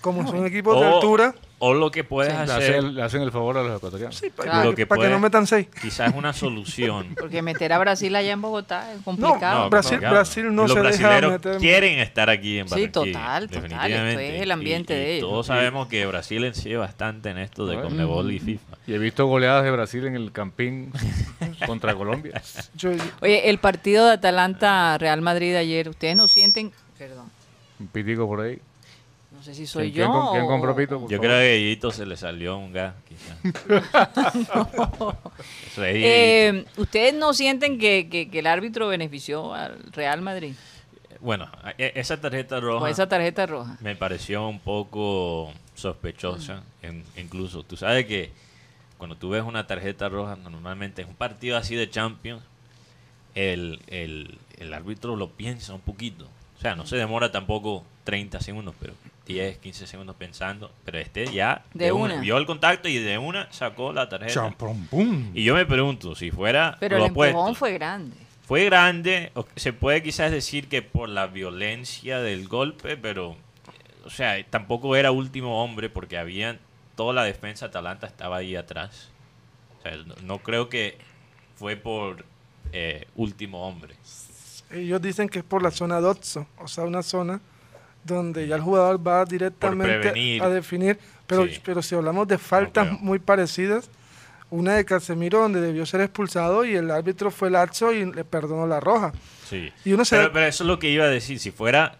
Speaker 5: Como son equipos de altura,
Speaker 4: o lo que puedes
Speaker 1: Le
Speaker 4: hacer,
Speaker 1: hacen, le hacen el favor a los ecuatorianos.
Speaker 5: sí, para,
Speaker 3: Claro.
Speaker 5: para
Speaker 4: Lo
Speaker 5: que,
Speaker 4: que
Speaker 5: para que
Speaker 4: puede-
Speaker 5: no metan seis.
Speaker 4: quizás
Speaker 3: *laughs*
Speaker 4: una solución.
Speaker 3: Porque meter a Brasil allá en Bogotá es
Speaker 5: No,
Speaker 3: complicado.
Speaker 5: Brasil- Brasil no
Speaker 4: Y los
Speaker 5: se deja
Speaker 4: brasileros
Speaker 5: meter-
Speaker 4: quieren estar aquí en
Speaker 3: Sí,
Speaker 4: Barranquilla.
Speaker 3: total, total,
Speaker 4: definitivamente.
Speaker 3: esto es el ambiente
Speaker 4: Y- y
Speaker 3: de ellos.
Speaker 4: Todos sabemos que Brasil en sí es bastante en esto de
Speaker 1: Ay.
Speaker 4: Conmebol y FIFA.
Speaker 1: Y he visto goleadas de Brasil en el Campín
Speaker 5: *laughs*
Speaker 1: contra Colombia.
Speaker 5: Yo-
Speaker 3: Oye, el partido de Atalanta-Real Madrid ayer, ¿ustedes no sienten? Perdón,
Speaker 1: Un pitico por ahí.
Speaker 3: no sé si soy
Speaker 1: ¿Quién-
Speaker 3: yo.
Speaker 1: ¿Quién, quién compró
Speaker 3: o-
Speaker 1: pito? por
Speaker 4: Yo
Speaker 1: favor?
Speaker 4: creo que a Guillito se le salió un gas, quizás.
Speaker 3: *laughs*
Speaker 4: Eso es Guillito.
Speaker 3: Eh, ¿Ustedes no sienten que, que- que el árbitro benefició al Real Madrid
Speaker 4: bueno, a- e- esa tarjeta
Speaker 3: con
Speaker 4: roja
Speaker 3: esa tarjeta roja?
Speaker 4: me pareció un poco sospechosa,
Speaker 3: Mm.
Speaker 4: en- incluso. Tú sabes que cuando tú ves una tarjeta roja, normalmente en un partido así de Champions, el, el- el árbitro lo piensa un poquito. O sea, no se demora tampoco 30 segundos, pero 10, 15 segundos pensando. Pero este ya
Speaker 3: De una.
Speaker 4: vio el contacto y de una sacó la tarjeta.
Speaker 6: Champrom, pum.
Speaker 4: Y yo me pregunto, si fuera
Speaker 3: Pero
Speaker 4: lo
Speaker 3: el empujón
Speaker 4: opuesto,
Speaker 3: fue grande.
Speaker 4: fue grande, o- se puede quizás decir que por la violencia del golpe, pero, o sea, tampoco era último hombre porque había toda la defensa Atalanta estaba ahí atrás. O sea, no, no creo que fue por eh, último hombre.
Speaker 5: ellos dicen que es por la zona Dotso, o sea, una zona donde ya el jugador va directamente
Speaker 4: prevenir.
Speaker 5: a definir. Pero,
Speaker 4: Sí.
Speaker 5: pero si hablamos de faltas
Speaker 4: creo.
Speaker 5: muy parecidas, una de Casemiro donde debió ser expulsado y el árbitro fue laxo y le perdonó la roja.
Speaker 4: Sí.
Speaker 5: Y uno se
Speaker 4: pero,
Speaker 5: da-
Speaker 4: pero eso es lo que iba a decir. Si fuera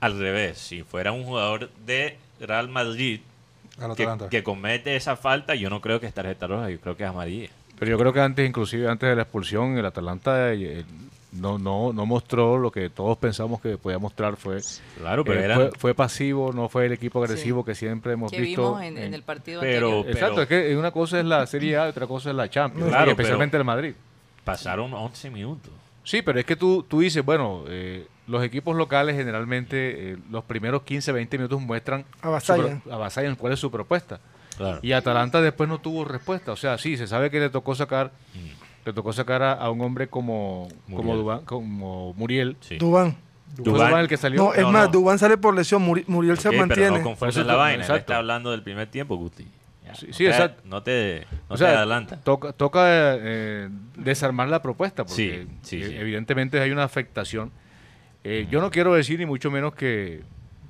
Speaker 4: al revés, si fuera un jugador de Real Madrid
Speaker 6: Al
Speaker 4: que,
Speaker 6: Atalanta.
Speaker 4: que comete esa falta, yo no creo que es tarjeta roja, yo creo que es amarilla.
Speaker 1: Pero yo creo que antes, inclusive antes de la expulsión, el Atalanta eh, no, no, no mostró lo que todos pensamos que podía mostrar. Fue,
Speaker 4: Claro, pero
Speaker 1: eh,
Speaker 4: era...
Speaker 1: fue, fue pasivo, no fue el equipo agresivo que siempre hemos
Speaker 3: Que
Speaker 1: visto.
Speaker 3: vimos en, en el partido
Speaker 4: pero-
Speaker 3: anterior.
Speaker 1: Exacto,
Speaker 4: Pero-
Speaker 1: es que una cosa es la Serie A, otra cosa es la Champions,
Speaker 4: Claro,
Speaker 1: y especialmente
Speaker 4: pero-
Speaker 1: el Madrid.
Speaker 4: Pasaron 11 minutos.
Speaker 1: Sí, pero es que tú, tú dices, bueno, eh, los equipos locales generalmente eh, los primeros 15, 20 minutos muestran su
Speaker 5: Avasallan.
Speaker 1: pro- avasallan cuál es su propuesta.
Speaker 4: Claro.
Speaker 1: Y Atalanta después no tuvo respuesta. O sea, sí, se sabe que le tocó sacar, le tocó sacar a, a un hombre como Muriel.
Speaker 4: Mm. Muriel.
Speaker 1: Como Dubán- como Muriel.
Speaker 4: Sí.
Speaker 5: Dubán.
Speaker 1: ¿Fue
Speaker 4: Dubán.
Speaker 1: Dubán el que salió.
Speaker 5: No, es
Speaker 4: No,
Speaker 5: más,
Speaker 4: no.
Speaker 5: Dubán sale por lesión, Muri- Muriel
Speaker 4: Ok,
Speaker 5: se mantiene.
Speaker 4: Pero no confundas
Speaker 1: Por eso
Speaker 4: la
Speaker 1: te-
Speaker 4: vaina. él
Speaker 1: exacto.
Speaker 4: Está hablando del primer tiempo, Guti. Ya,
Speaker 1: Sí,
Speaker 4: no
Speaker 1: sí,
Speaker 4: te-
Speaker 1: exacto.
Speaker 4: No te, no
Speaker 1: o
Speaker 4: te
Speaker 1: sea,
Speaker 4: adelantas.
Speaker 1: toca, toca eh, desarmar la propuesta porque
Speaker 4: Sí, sí, Mm.
Speaker 1: eh,
Speaker 4: sí.
Speaker 1: evidentemente hay una afectación. Eh, Yo no quiero decir ni mucho menos que,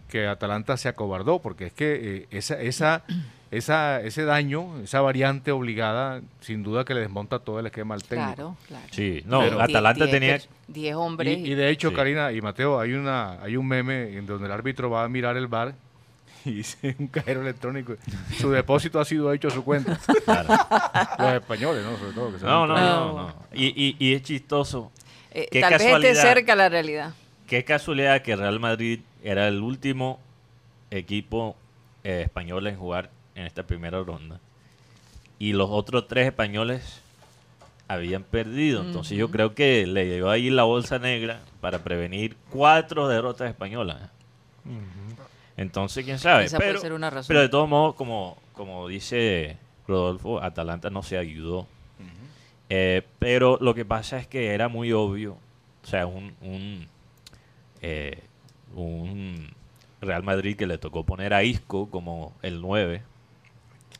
Speaker 1: que Atalanta se acobardó porque es que eh, esa, esa, esa, ese daño, esa variante obligada, sin duda que le desmonta todo el esquema al técnico.
Speaker 3: Claro, claro.
Speaker 4: Sí, no,
Speaker 1: Pero-
Speaker 4: Atalanta
Speaker 3: Diez-
Speaker 4: tenía.
Speaker 3: diez- Diez hombres.
Speaker 1: Y, y de hecho,
Speaker 4: Sí.
Speaker 1: Karina y Mateo, hay una hay un meme en donde el árbitro va a mirar el bar *laughs* y dice un cajero electrónico, su depósito ha sido hecho a su
Speaker 4: *laughs*
Speaker 1: cuenta.
Speaker 4: claro.
Speaker 1: Los españoles, ¿no? Sobre todo. que son
Speaker 4: No, no,
Speaker 1: tan-
Speaker 4: no. no. Y, y- y es chistoso.
Speaker 3: Eh,
Speaker 4: qué
Speaker 3: tal vez esté
Speaker 4: casualidad.
Speaker 3: cerca la realidad.
Speaker 4: Qué casualidad que Real Madrid era el último equipo eh, español en jugar en esta primera ronda. Y los otros tres españoles habían perdido. Entonces yo creo que le llevó ahí la bolsa negra para prevenir cuatro derrotas españolas. Entonces, quién sabe.
Speaker 3: Esa puede
Speaker 4: pero,
Speaker 3: ser una razón.
Speaker 4: pero de todos modos, como, como dice Rodolfo, Atalanta no se ayudó. Eh, pero lo que pasa es que era muy obvio. O sea, un, un, eh, un Real Madrid que le tocó poner a Isco como el 9.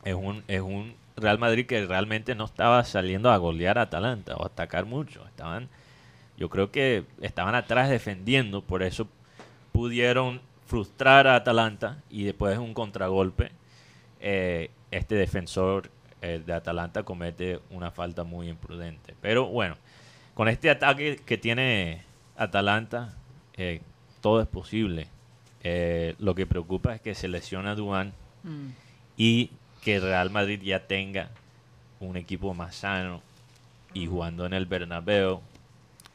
Speaker 4: Es un, es un Real Madrid que realmente no estaba saliendo a golear a Atalanta o a atacar mucho. Estaban, yo creo que estaban atrás defendiendo, por eso pudieron frustrar a Atalanta y después de un contragolpe, eh, este defensor eh, de Atalanta comete una falta muy imprudente. Pero bueno, con este ataque que tiene Atalanta, eh, todo es posible. Eh, lo que preocupa es que se lesiona Duan
Speaker 3: Mm.
Speaker 4: y que Real Madrid ya tenga un equipo más sano y jugando en el Bernabéu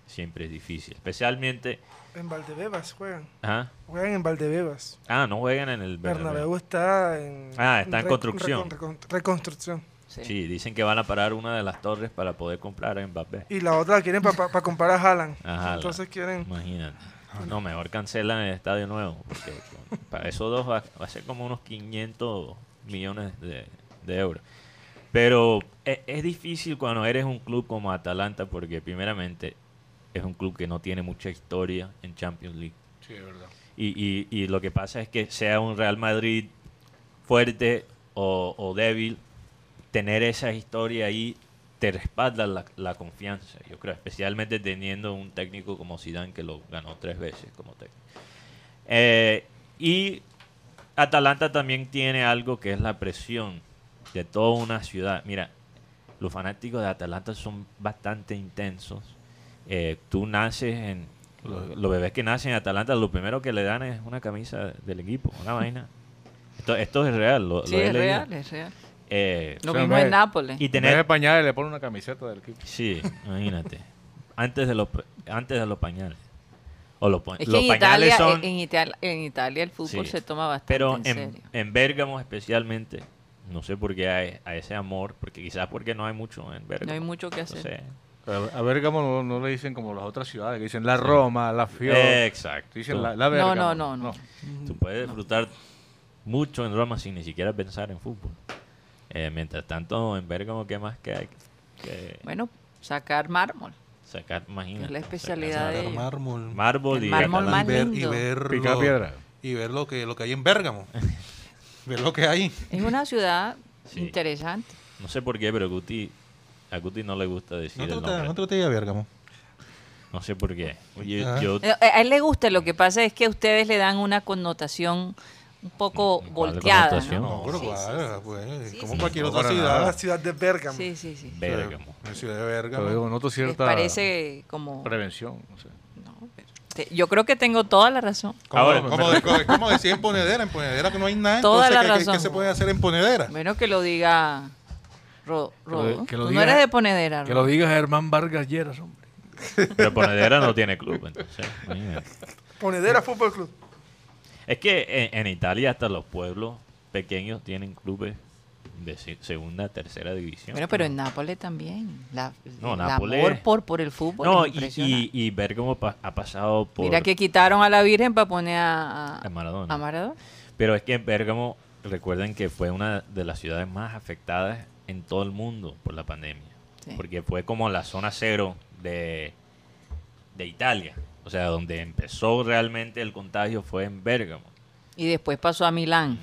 Speaker 4: siempre es difícil. Especialmente...
Speaker 5: En Valdebebas juegan.
Speaker 4: ¿ah?
Speaker 5: Juegan en Valdebebas.
Speaker 4: Ah, no juegan en el Bernabéu.
Speaker 5: Bernabéu está en.
Speaker 4: Ah, está en
Speaker 5: recon-
Speaker 4: construcción.
Speaker 5: recon- recon- reconstrucción.
Speaker 3: Sí.
Speaker 4: Sí, dicen que van a parar una de las torres para poder comprar a Mbappé.
Speaker 5: Y la otra la quieren para comprar a Haaland.
Speaker 4: A Haaland.
Speaker 5: Entonces quieren.
Speaker 4: Imagínate.
Speaker 1: Ah.
Speaker 4: No, mejor cancelan el estadio nuevo. Porque con- para esos dos va, va a ser como unos 500 millones de, de euros. Pero e- es, difícil cuando eres un club como Atalanta porque primeramente es un club que no tiene mucha historia en Champions League.
Speaker 1: Sí, es verdad.
Speaker 4: Y, y- y lo que pasa es que sea un Real Madrid fuerte o, o débil, tener esa historia ahí te respalda la, la confianza, yo creo, especialmente teniendo un técnico como Zidane que lo ganó tres veces como técnico. Eh, y Atalanta también tiene algo que es la presión de toda una ciudad. Mira, los fanáticos de Atalanta son bastante intensos. Eh, tú naces en... Los, los bebés que nacen en Atalanta, lo primero que le dan es una camisa del equipo, una vaina. Esto, esto es real. Lo,
Speaker 3: Sí,
Speaker 4: lo he
Speaker 3: es
Speaker 4: leído.
Speaker 3: real, es real.
Speaker 4: Eh,
Speaker 3: Lo
Speaker 1: O sea,
Speaker 3: mismo
Speaker 1: no
Speaker 3: en
Speaker 1: es-
Speaker 3: Nápoles.
Speaker 4: y
Speaker 1: En vez de
Speaker 4: tener...
Speaker 1: pañales le pone una camiseta del equipo.
Speaker 4: Sí, imagínate. Antes de los, pa- antes de los pañales. O los, pa-
Speaker 3: Es que
Speaker 4: los
Speaker 3: en
Speaker 4: pañales
Speaker 3: Italia, eh,
Speaker 4: son...
Speaker 3: en, Italia, en Italia el fútbol
Speaker 4: Sí.
Speaker 3: se toma bastante
Speaker 4: Pero
Speaker 3: en,
Speaker 4: en,
Speaker 3: serio.
Speaker 4: en Bérgamo especialmente, no sé por qué hay, a ese amor, porque quizás porque no hay mucho en Bérgamo.
Speaker 3: No hay mucho que hacer.
Speaker 4: Entonces,
Speaker 1: A a Bérgamo no, no le dicen como las otras ciudades, que dicen la Roma, la Fior.
Speaker 4: exacto.
Speaker 1: Dicen la, la
Speaker 3: No,
Speaker 1: Bérgamo.
Speaker 3: no, no, no.
Speaker 4: Tú puedes disfrutar mucho en Roma sin ni siquiera pensar en fútbol. Eh, mientras tanto, en Bérgamo, ¿qué más que hay? Que
Speaker 3: Bueno, sacar mármol.
Speaker 4: sacar, imagínate.
Speaker 3: es la
Speaker 4: sacar
Speaker 3: especialidad de
Speaker 6: Sacar
Speaker 3: ellos.
Speaker 6: mármol.
Speaker 4: Mármol
Speaker 3: El
Speaker 4: y
Speaker 3: mármol
Speaker 4: Atalanta.
Speaker 3: más
Speaker 6: y ver, y
Speaker 3: lindo.
Speaker 6: ver
Speaker 1: Pica
Speaker 6: lo-
Speaker 1: piedra.
Speaker 6: y ver lo que lo que hay
Speaker 4: *laughs*
Speaker 6: en Bérgamo. ver lo que hay.
Speaker 3: Es una ciudad
Speaker 4: Sí.
Speaker 3: interesante.
Speaker 4: No sé por qué, pero Guti, a Guti no le gusta decir
Speaker 6: No te
Speaker 4: el
Speaker 6: gusta-
Speaker 4: nombre.
Speaker 6: no te gusta ir a Bérgamo.
Speaker 4: No sé por qué. Yo-
Speaker 6: Ah.
Speaker 4: yo-
Speaker 3: Eh, A él le gusta, lo que pasa es que ustedes le dan una connotación un poco
Speaker 4: ¿Cuál
Speaker 3: volteada. ¿no?
Speaker 4: connotación?
Speaker 6: No, pero
Speaker 3: Sí, sí,
Speaker 6: claro,
Speaker 3: sí,
Speaker 6: pues,
Speaker 3: Sí,
Speaker 6: como
Speaker 3: sí,
Speaker 6: cualquier
Speaker 1: sí.
Speaker 6: otra
Speaker 1: Para
Speaker 6: ciudad.
Speaker 4: Ah.
Speaker 1: nada.
Speaker 5: La ciudad de Bérgamo.
Speaker 3: Sí, sí, sí.
Speaker 4: Bérgamo.
Speaker 6: La ciudad de
Speaker 1: Pero digo,
Speaker 6: Bérgamo.
Speaker 1: noto
Speaker 3: Les
Speaker 1: cierta
Speaker 3: parece como...
Speaker 1: prevención. no sé.
Speaker 3: no, pero- te- yo creo que tengo toda la razón.
Speaker 6: Como,
Speaker 4: Ahora,
Speaker 6: como de- co- como decía en Ponedera, en Ponedera que no hay nada.
Speaker 3: Toda
Speaker 6: entonces,
Speaker 3: la
Speaker 6: ¿qué- qué-
Speaker 3: razón.
Speaker 6: ¿qué, se puede hacer en Ponedera?
Speaker 3: Menos que lo diga Ro-
Speaker 1: lo-
Speaker 3: Rodo.
Speaker 1: que lo
Speaker 3: Tú
Speaker 1: diga-
Speaker 3: no eres de Ponedera,
Speaker 1: Que
Speaker 3: Rodo.
Speaker 1: lo digas Germán Vargas Lleras, hombre.
Speaker 4: Pero Ponedera no tiene
Speaker 6: *laughs*
Speaker 4: club, entonces. imagínate.
Speaker 5: Ponedera Fútbol Club.
Speaker 4: Es que en, en Italia hasta los pueblos pequeños tienen clubes de se- segunda, tercera división.
Speaker 3: Bueno, pero en Nápoles también. La,
Speaker 4: No,
Speaker 3: el
Speaker 4: Nápoles-
Speaker 3: amor por, por el fútbol.
Speaker 4: no,
Speaker 3: es
Speaker 4: y,
Speaker 3: impresionante.
Speaker 4: y, y Bérgamo pa- ha pasado por...
Speaker 3: Mira que quitaron a la Virgen para poner a, a-
Speaker 4: a Maradona.
Speaker 3: a Maradona.
Speaker 4: Pero es que en Bérgamo, recuerden que fue una de las ciudades más afectadas en todo el mundo por la pandemia.
Speaker 3: Sí.
Speaker 4: Porque fue como la zona cero de, de Italia. O sea, donde empezó realmente el contagio fue en Bérgamo.
Speaker 3: Y después pasó a Milán.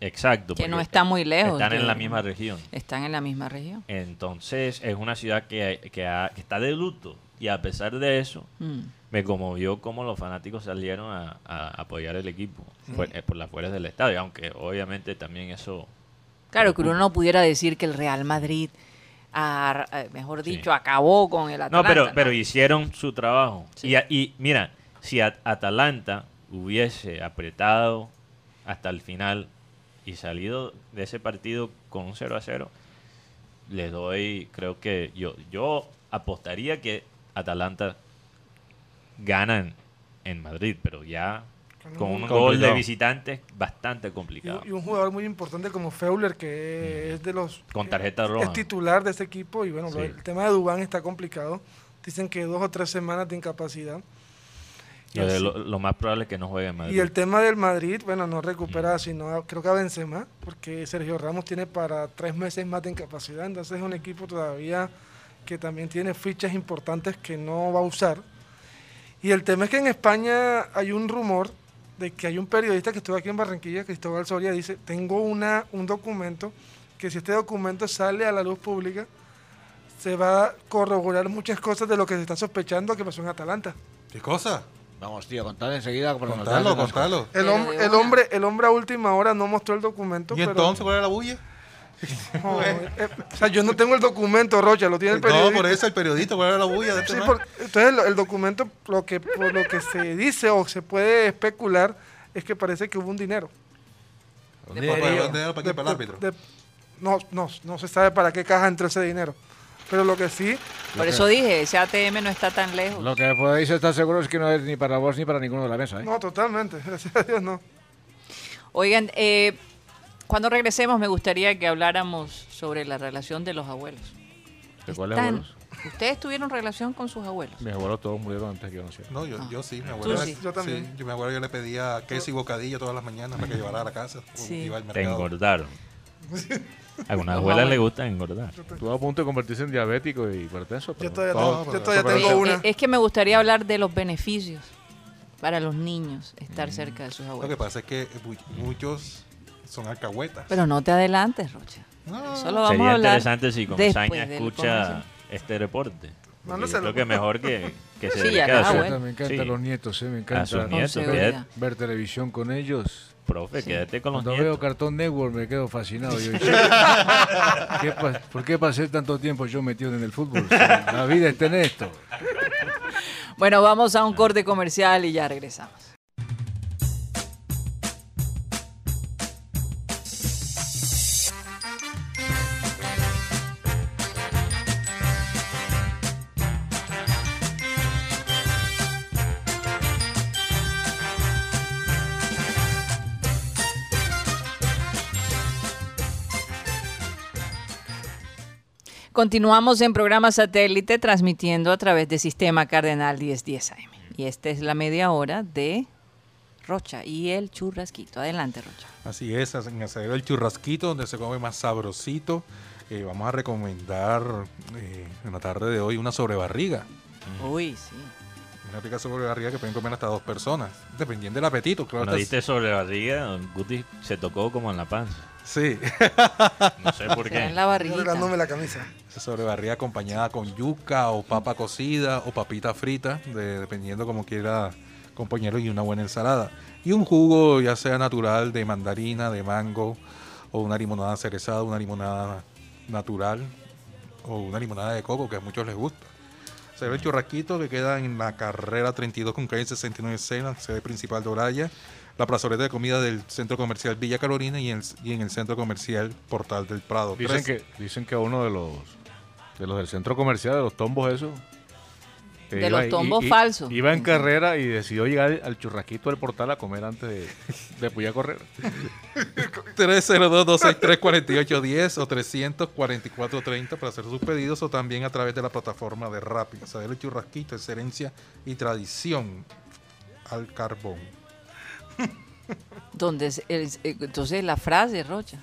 Speaker 4: Exacto.
Speaker 3: Que no
Speaker 4: porque
Speaker 3: está muy lejos
Speaker 4: Están
Speaker 3: de-
Speaker 4: en la misma región.
Speaker 3: Están en la misma región.
Speaker 4: Entonces es una ciudad que, que ha- que está de luto. Y a pesar de eso,
Speaker 3: Mm.
Speaker 4: me conmovió cómo los fanáticos salieron a, a afuerar el equipo fue- eh, por las afueras del estadio. Aunque obviamente también eso...
Speaker 3: Claro que uno no pudiera decir que el Real Madrid, ar- eh, mejor
Speaker 4: Sí.
Speaker 3: dicho, acabó con el
Speaker 4: No,
Speaker 3: Atalanta.
Speaker 4: pero, pero hicieron su trabajo. Y, a- y mira, si a- Atalanta hubiese apretado hasta el final y salido de ese partido con un 0 a 0, les doy, creo que yo, yo apostaría que Atalanta ganan en Madrid, pero ya con un
Speaker 1: Complicado.
Speaker 4: gol de visitantes bastante
Speaker 5: Y,
Speaker 4: complicado.
Speaker 5: y un jugador muy importante como Feuler, que es de los.
Speaker 4: Con tarjeta roja.
Speaker 5: Es titular de este equipo. Y bueno, lo-
Speaker 4: Sí.
Speaker 5: el tema de Dubán está complicado. Dicen que dos o tres semanas de incapacidad.
Speaker 4: Lo, de- lo- lo más probable es que no juegue en Madrid.
Speaker 5: Y el tema del Madrid, bueno, no recupera, sino a- creo que a Benzema, porque Sergio Ramos tiene para tres meses más de incapacidad, entonces es un equipo todavía que también tiene fichas importantes que no va a usar. Y el tema es que en España hay un rumor de que hay un periodista que estuvo aquí en Barranquilla, Cristóbal Soria, dice, tengo una, un documento, que si este documento sale a la luz pública, se va a corroborar muchas cosas de lo que se está sospechando que pasó en Atalanta.
Speaker 6: ¿Qué cosa?
Speaker 1: Vamos, tío, contad enseguida.
Speaker 6: Contalo, contalo.
Speaker 5: El,
Speaker 3: Pero
Speaker 5: hom-
Speaker 3: de
Speaker 5: el
Speaker 3: una.
Speaker 5: hombre, el hombre a última hora no mostró el documento.
Speaker 6: ¿Y
Speaker 5: pero-
Speaker 6: entonces cuál era la bulla?
Speaker 5: *laughs* No, eh, eh, o sea,
Speaker 6: *laughs*
Speaker 5: yo no tengo el documento, Rocha, lo tiene el periodista.
Speaker 6: No, por eso el periodista, ¿cuál era la bulla de este
Speaker 5: Sí,
Speaker 6: man?
Speaker 5: por- entonces lo- el documento, lo que, por lo que se dice o se puede especular, es que parece que hubo un dinero.
Speaker 6: ¿Para- para- para- para- para- para- para- para- para- para- para- para- para- para-
Speaker 5: De- no, no, no se sabe para qué caja entró ese dinero. Pero lo que sí,
Speaker 3: Por eso dije, ese ATM no está tan lejos.
Speaker 1: Lo que podéis estar seguros es que no es ni para vos ni para ninguno de la mesa. ¿eh?
Speaker 5: no, totalmente, *laughs* gracias a Dios no.
Speaker 3: Oigan, eh, cuando regresemos me gustaría que habláramos sobre la relación de los abuelos.
Speaker 1: ¿De cuáles
Speaker 3: Están-
Speaker 1: abuelos?
Speaker 3: ¿Ustedes tuvieron relación con sus abuelos?
Speaker 1: Mis abuelos todos murieron antes que yo naciera.
Speaker 6: No, yo, yo sí, mi abuela.
Speaker 3: sí.
Speaker 5: Ah. Yo también.
Speaker 6: sí, yo, mi abuela yo le pedía queso y bocadillo todas las mañanas para que llevara a la casa. o
Speaker 3: Sí.
Speaker 6: Iba al
Speaker 4: Te
Speaker 6: mercado.
Speaker 4: engordaron. A algunas abuelas les gusta engordar.
Speaker 1: Estuve a punto de convertirse en diabético y hipertenso. pero
Speaker 5: Yo todavía,
Speaker 1: todo-
Speaker 5: tengo,
Speaker 6: pero-
Speaker 5: yo todavía
Speaker 6: pero-
Speaker 5: tengo
Speaker 3: Oye,
Speaker 5: una.
Speaker 3: eh, Es que me gustaría hablar de los beneficios para los niños estar
Speaker 4: Mm.
Speaker 3: cerca de sus
Speaker 6: Lo que
Speaker 3: abuelos.
Speaker 6: pasa es que mu- muchos son alcahuetas.
Speaker 3: Pero no te adelantes, Rocha.
Speaker 6: No,
Speaker 3: Eso lo vamos a
Speaker 4: Sería
Speaker 3: hablar
Speaker 4: interesante si
Speaker 3: después
Speaker 4: Comesaña
Speaker 3: del
Speaker 4: escucha
Speaker 3: comercial.
Speaker 4: este reporte. Porque yo
Speaker 5: Mándaselo.
Speaker 4: creo que mejor que,
Speaker 3: *laughs*
Speaker 4: que se
Speaker 3: Sí,
Speaker 4: dedique
Speaker 3: ya,
Speaker 4: a
Speaker 3: ah,
Speaker 4: su-
Speaker 3: bueno.
Speaker 1: Me encantan
Speaker 4: Sí.
Speaker 1: los nietos, eh, me
Speaker 4: a sus
Speaker 1: encanta
Speaker 4: nietos.
Speaker 3: seguridad.
Speaker 4: quédate-
Speaker 1: ver televisión con ellos.
Speaker 4: profe, quédate con los
Speaker 1: Cuando veo
Speaker 4: nietos.
Speaker 1: Cartón Network me quedo fascinado. *laughs* Yo, ¿qué pa- ¿Por qué pasé tanto tiempo yo metido en el fútbol? Si La vida está en esto.
Speaker 3: Bueno, vamos
Speaker 4: Ah.
Speaker 3: a un corte comercial y ya regresamos. Continuamos en programa satélite transmitiendo a través de Sistema Cardenal 1010 AM. Y esta es la media hora de Rocha y el churrasquito. Adelante, Rocha.
Speaker 6: Así es, en Acedero el Churrasquito, donde se come más sabrosito. Eh, vamos a recomendar eh, en la tarde de hoy una sobrebarriga.
Speaker 3: Uy, sí.
Speaker 6: Una rica sobrebarriga que pueden comer hasta dos personas, dependiendo del apetito, claro.
Speaker 4: Cuando
Speaker 6: está-
Speaker 4: diste sobre barriga, Guti se tocó como en la panza.
Speaker 6: Sí,
Speaker 3: *laughs*
Speaker 4: No sé por
Speaker 3: Será en
Speaker 4: qué.
Speaker 3: la barriguita.
Speaker 5: Regalándome la camisa.
Speaker 6: esa sobrebarriga acompañada con yuca o papa cocida o papita frita, de- dependiendo como quiera compañero, y una buena ensalada. Y un jugo, ya sea natural, de mandarina, de mango, o una limonada cerezada, una limonada natural, o una limonada de coco, que a muchos les gusta. Se ve el churrasquito que queda en la carrera 32 con calle 69 C, la sede principal de Oraya, la plazoleta de comida del centro comercial Villa Carolina y, el- y en el centro comercial Portal del Prado.
Speaker 1: Dicen
Speaker 6: Tres-
Speaker 1: que, dicen que uno de los de los del centro comercial, de los tombos esos. que
Speaker 3: De los
Speaker 1: y-
Speaker 3: tombos
Speaker 1: y-
Speaker 3: falsos.
Speaker 1: Iba en
Speaker 3: Ujú.
Speaker 1: carrera y decidió llegar al churrasquito del portal a comer antes de, de Puyá Correr.
Speaker 6: 302-263-4810 o 344-30 para hacer sus pedidos o también a través de la plataforma de Rappi. Saber el churrasquito es herencia y tradición al carbón.
Speaker 3: Donde es el- eh, entonces la frase, Rocha.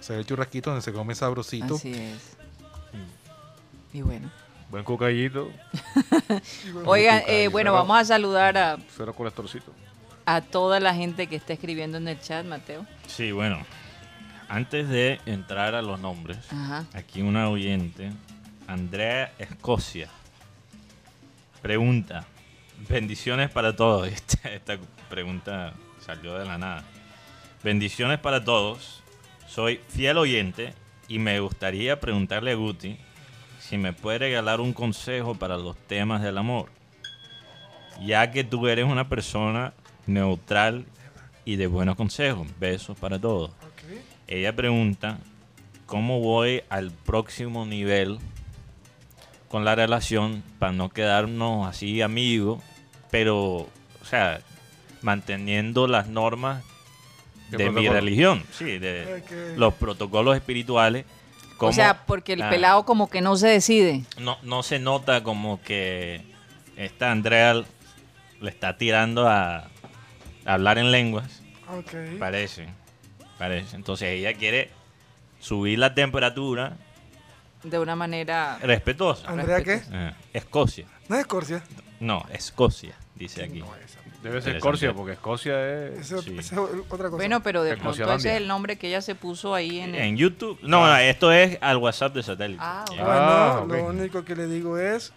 Speaker 6: Saber el churrasquito donde se come sabrosito.
Speaker 3: Así es. Y bueno. *laughs*
Speaker 1: Buen cucayito,
Speaker 3: Oigan,
Speaker 1: Cuca,
Speaker 3: eh,
Speaker 1: y
Speaker 3: bueno,
Speaker 1: cerdo.
Speaker 3: vamos a saludar a,
Speaker 1: cero colesterolcito.
Speaker 3: a toda la gente que está escribiendo en el chat, Mateo.
Speaker 4: Sí, bueno. Antes de entrar a los nombres,
Speaker 3: Ajá.
Speaker 4: aquí una oyente, Andrea Escocia, pregunta, bendiciones para todos. *laughs* Esta, esta pregunta salió de la nada. Bendiciones para todos. Soy fiel oyente y me gustaría preguntarle a Guti si me puede regalar un consejo para los temas del amor. Ya que tú eres una persona neutral y de buenos consejos. Besos para todos. Ella pregunta, ¿cómo voy al próximo nivel con la relación para no quedarnos así amigos, pero, o sea, manteniendo las normas
Speaker 1: ¿Qué
Speaker 4: de mi
Speaker 1: protocolo?
Speaker 4: religión, sí, de
Speaker 5: Ok.
Speaker 4: los protocolos espirituales?
Speaker 3: O
Speaker 4: ¿Cómo-
Speaker 3: sea, porque el
Speaker 4: Ah,
Speaker 3: pelado como que no se decide.
Speaker 4: No, no se nota como que esta Andrea le está tirando a hablar en lenguas.
Speaker 5: Ok.
Speaker 4: Parece, parece. Entonces ella quiere subir la temperatura
Speaker 3: De una manera.
Speaker 4: respetuosa.
Speaker 5: ¿Andrea qué?
Speaker 4: Eh, Escocia.
Speaker 5: No es Escorcia.
Speaker 4: No, Escocia, dice aquí.
Speaker 1: Debe ser
Speaker 4: Interesante.
Speaker 1: Escocia, porque Escocia es...
Speaker 5: Esa
Speaker 4: Sí.
Speaker 5: esa es otra cosa.
Speaker 3: Bueno, pero de
Speaker 1: Es
Speaker 3: pronto
Speaker 1: Escocialandia.
Speaker 3: ese es el nombre que ella se puso ahí en el.
Speaker 4: En YouTube. No, no, esto es al WhatsApp de satélite.
Speaker 3: Ah,
Speaker 4: Ya.
Speaker 5: Bueno,
Speaker 1: Ah,
Speaker 5: lo
Speaker 1: ok.
Speaker 5: único que le digo es,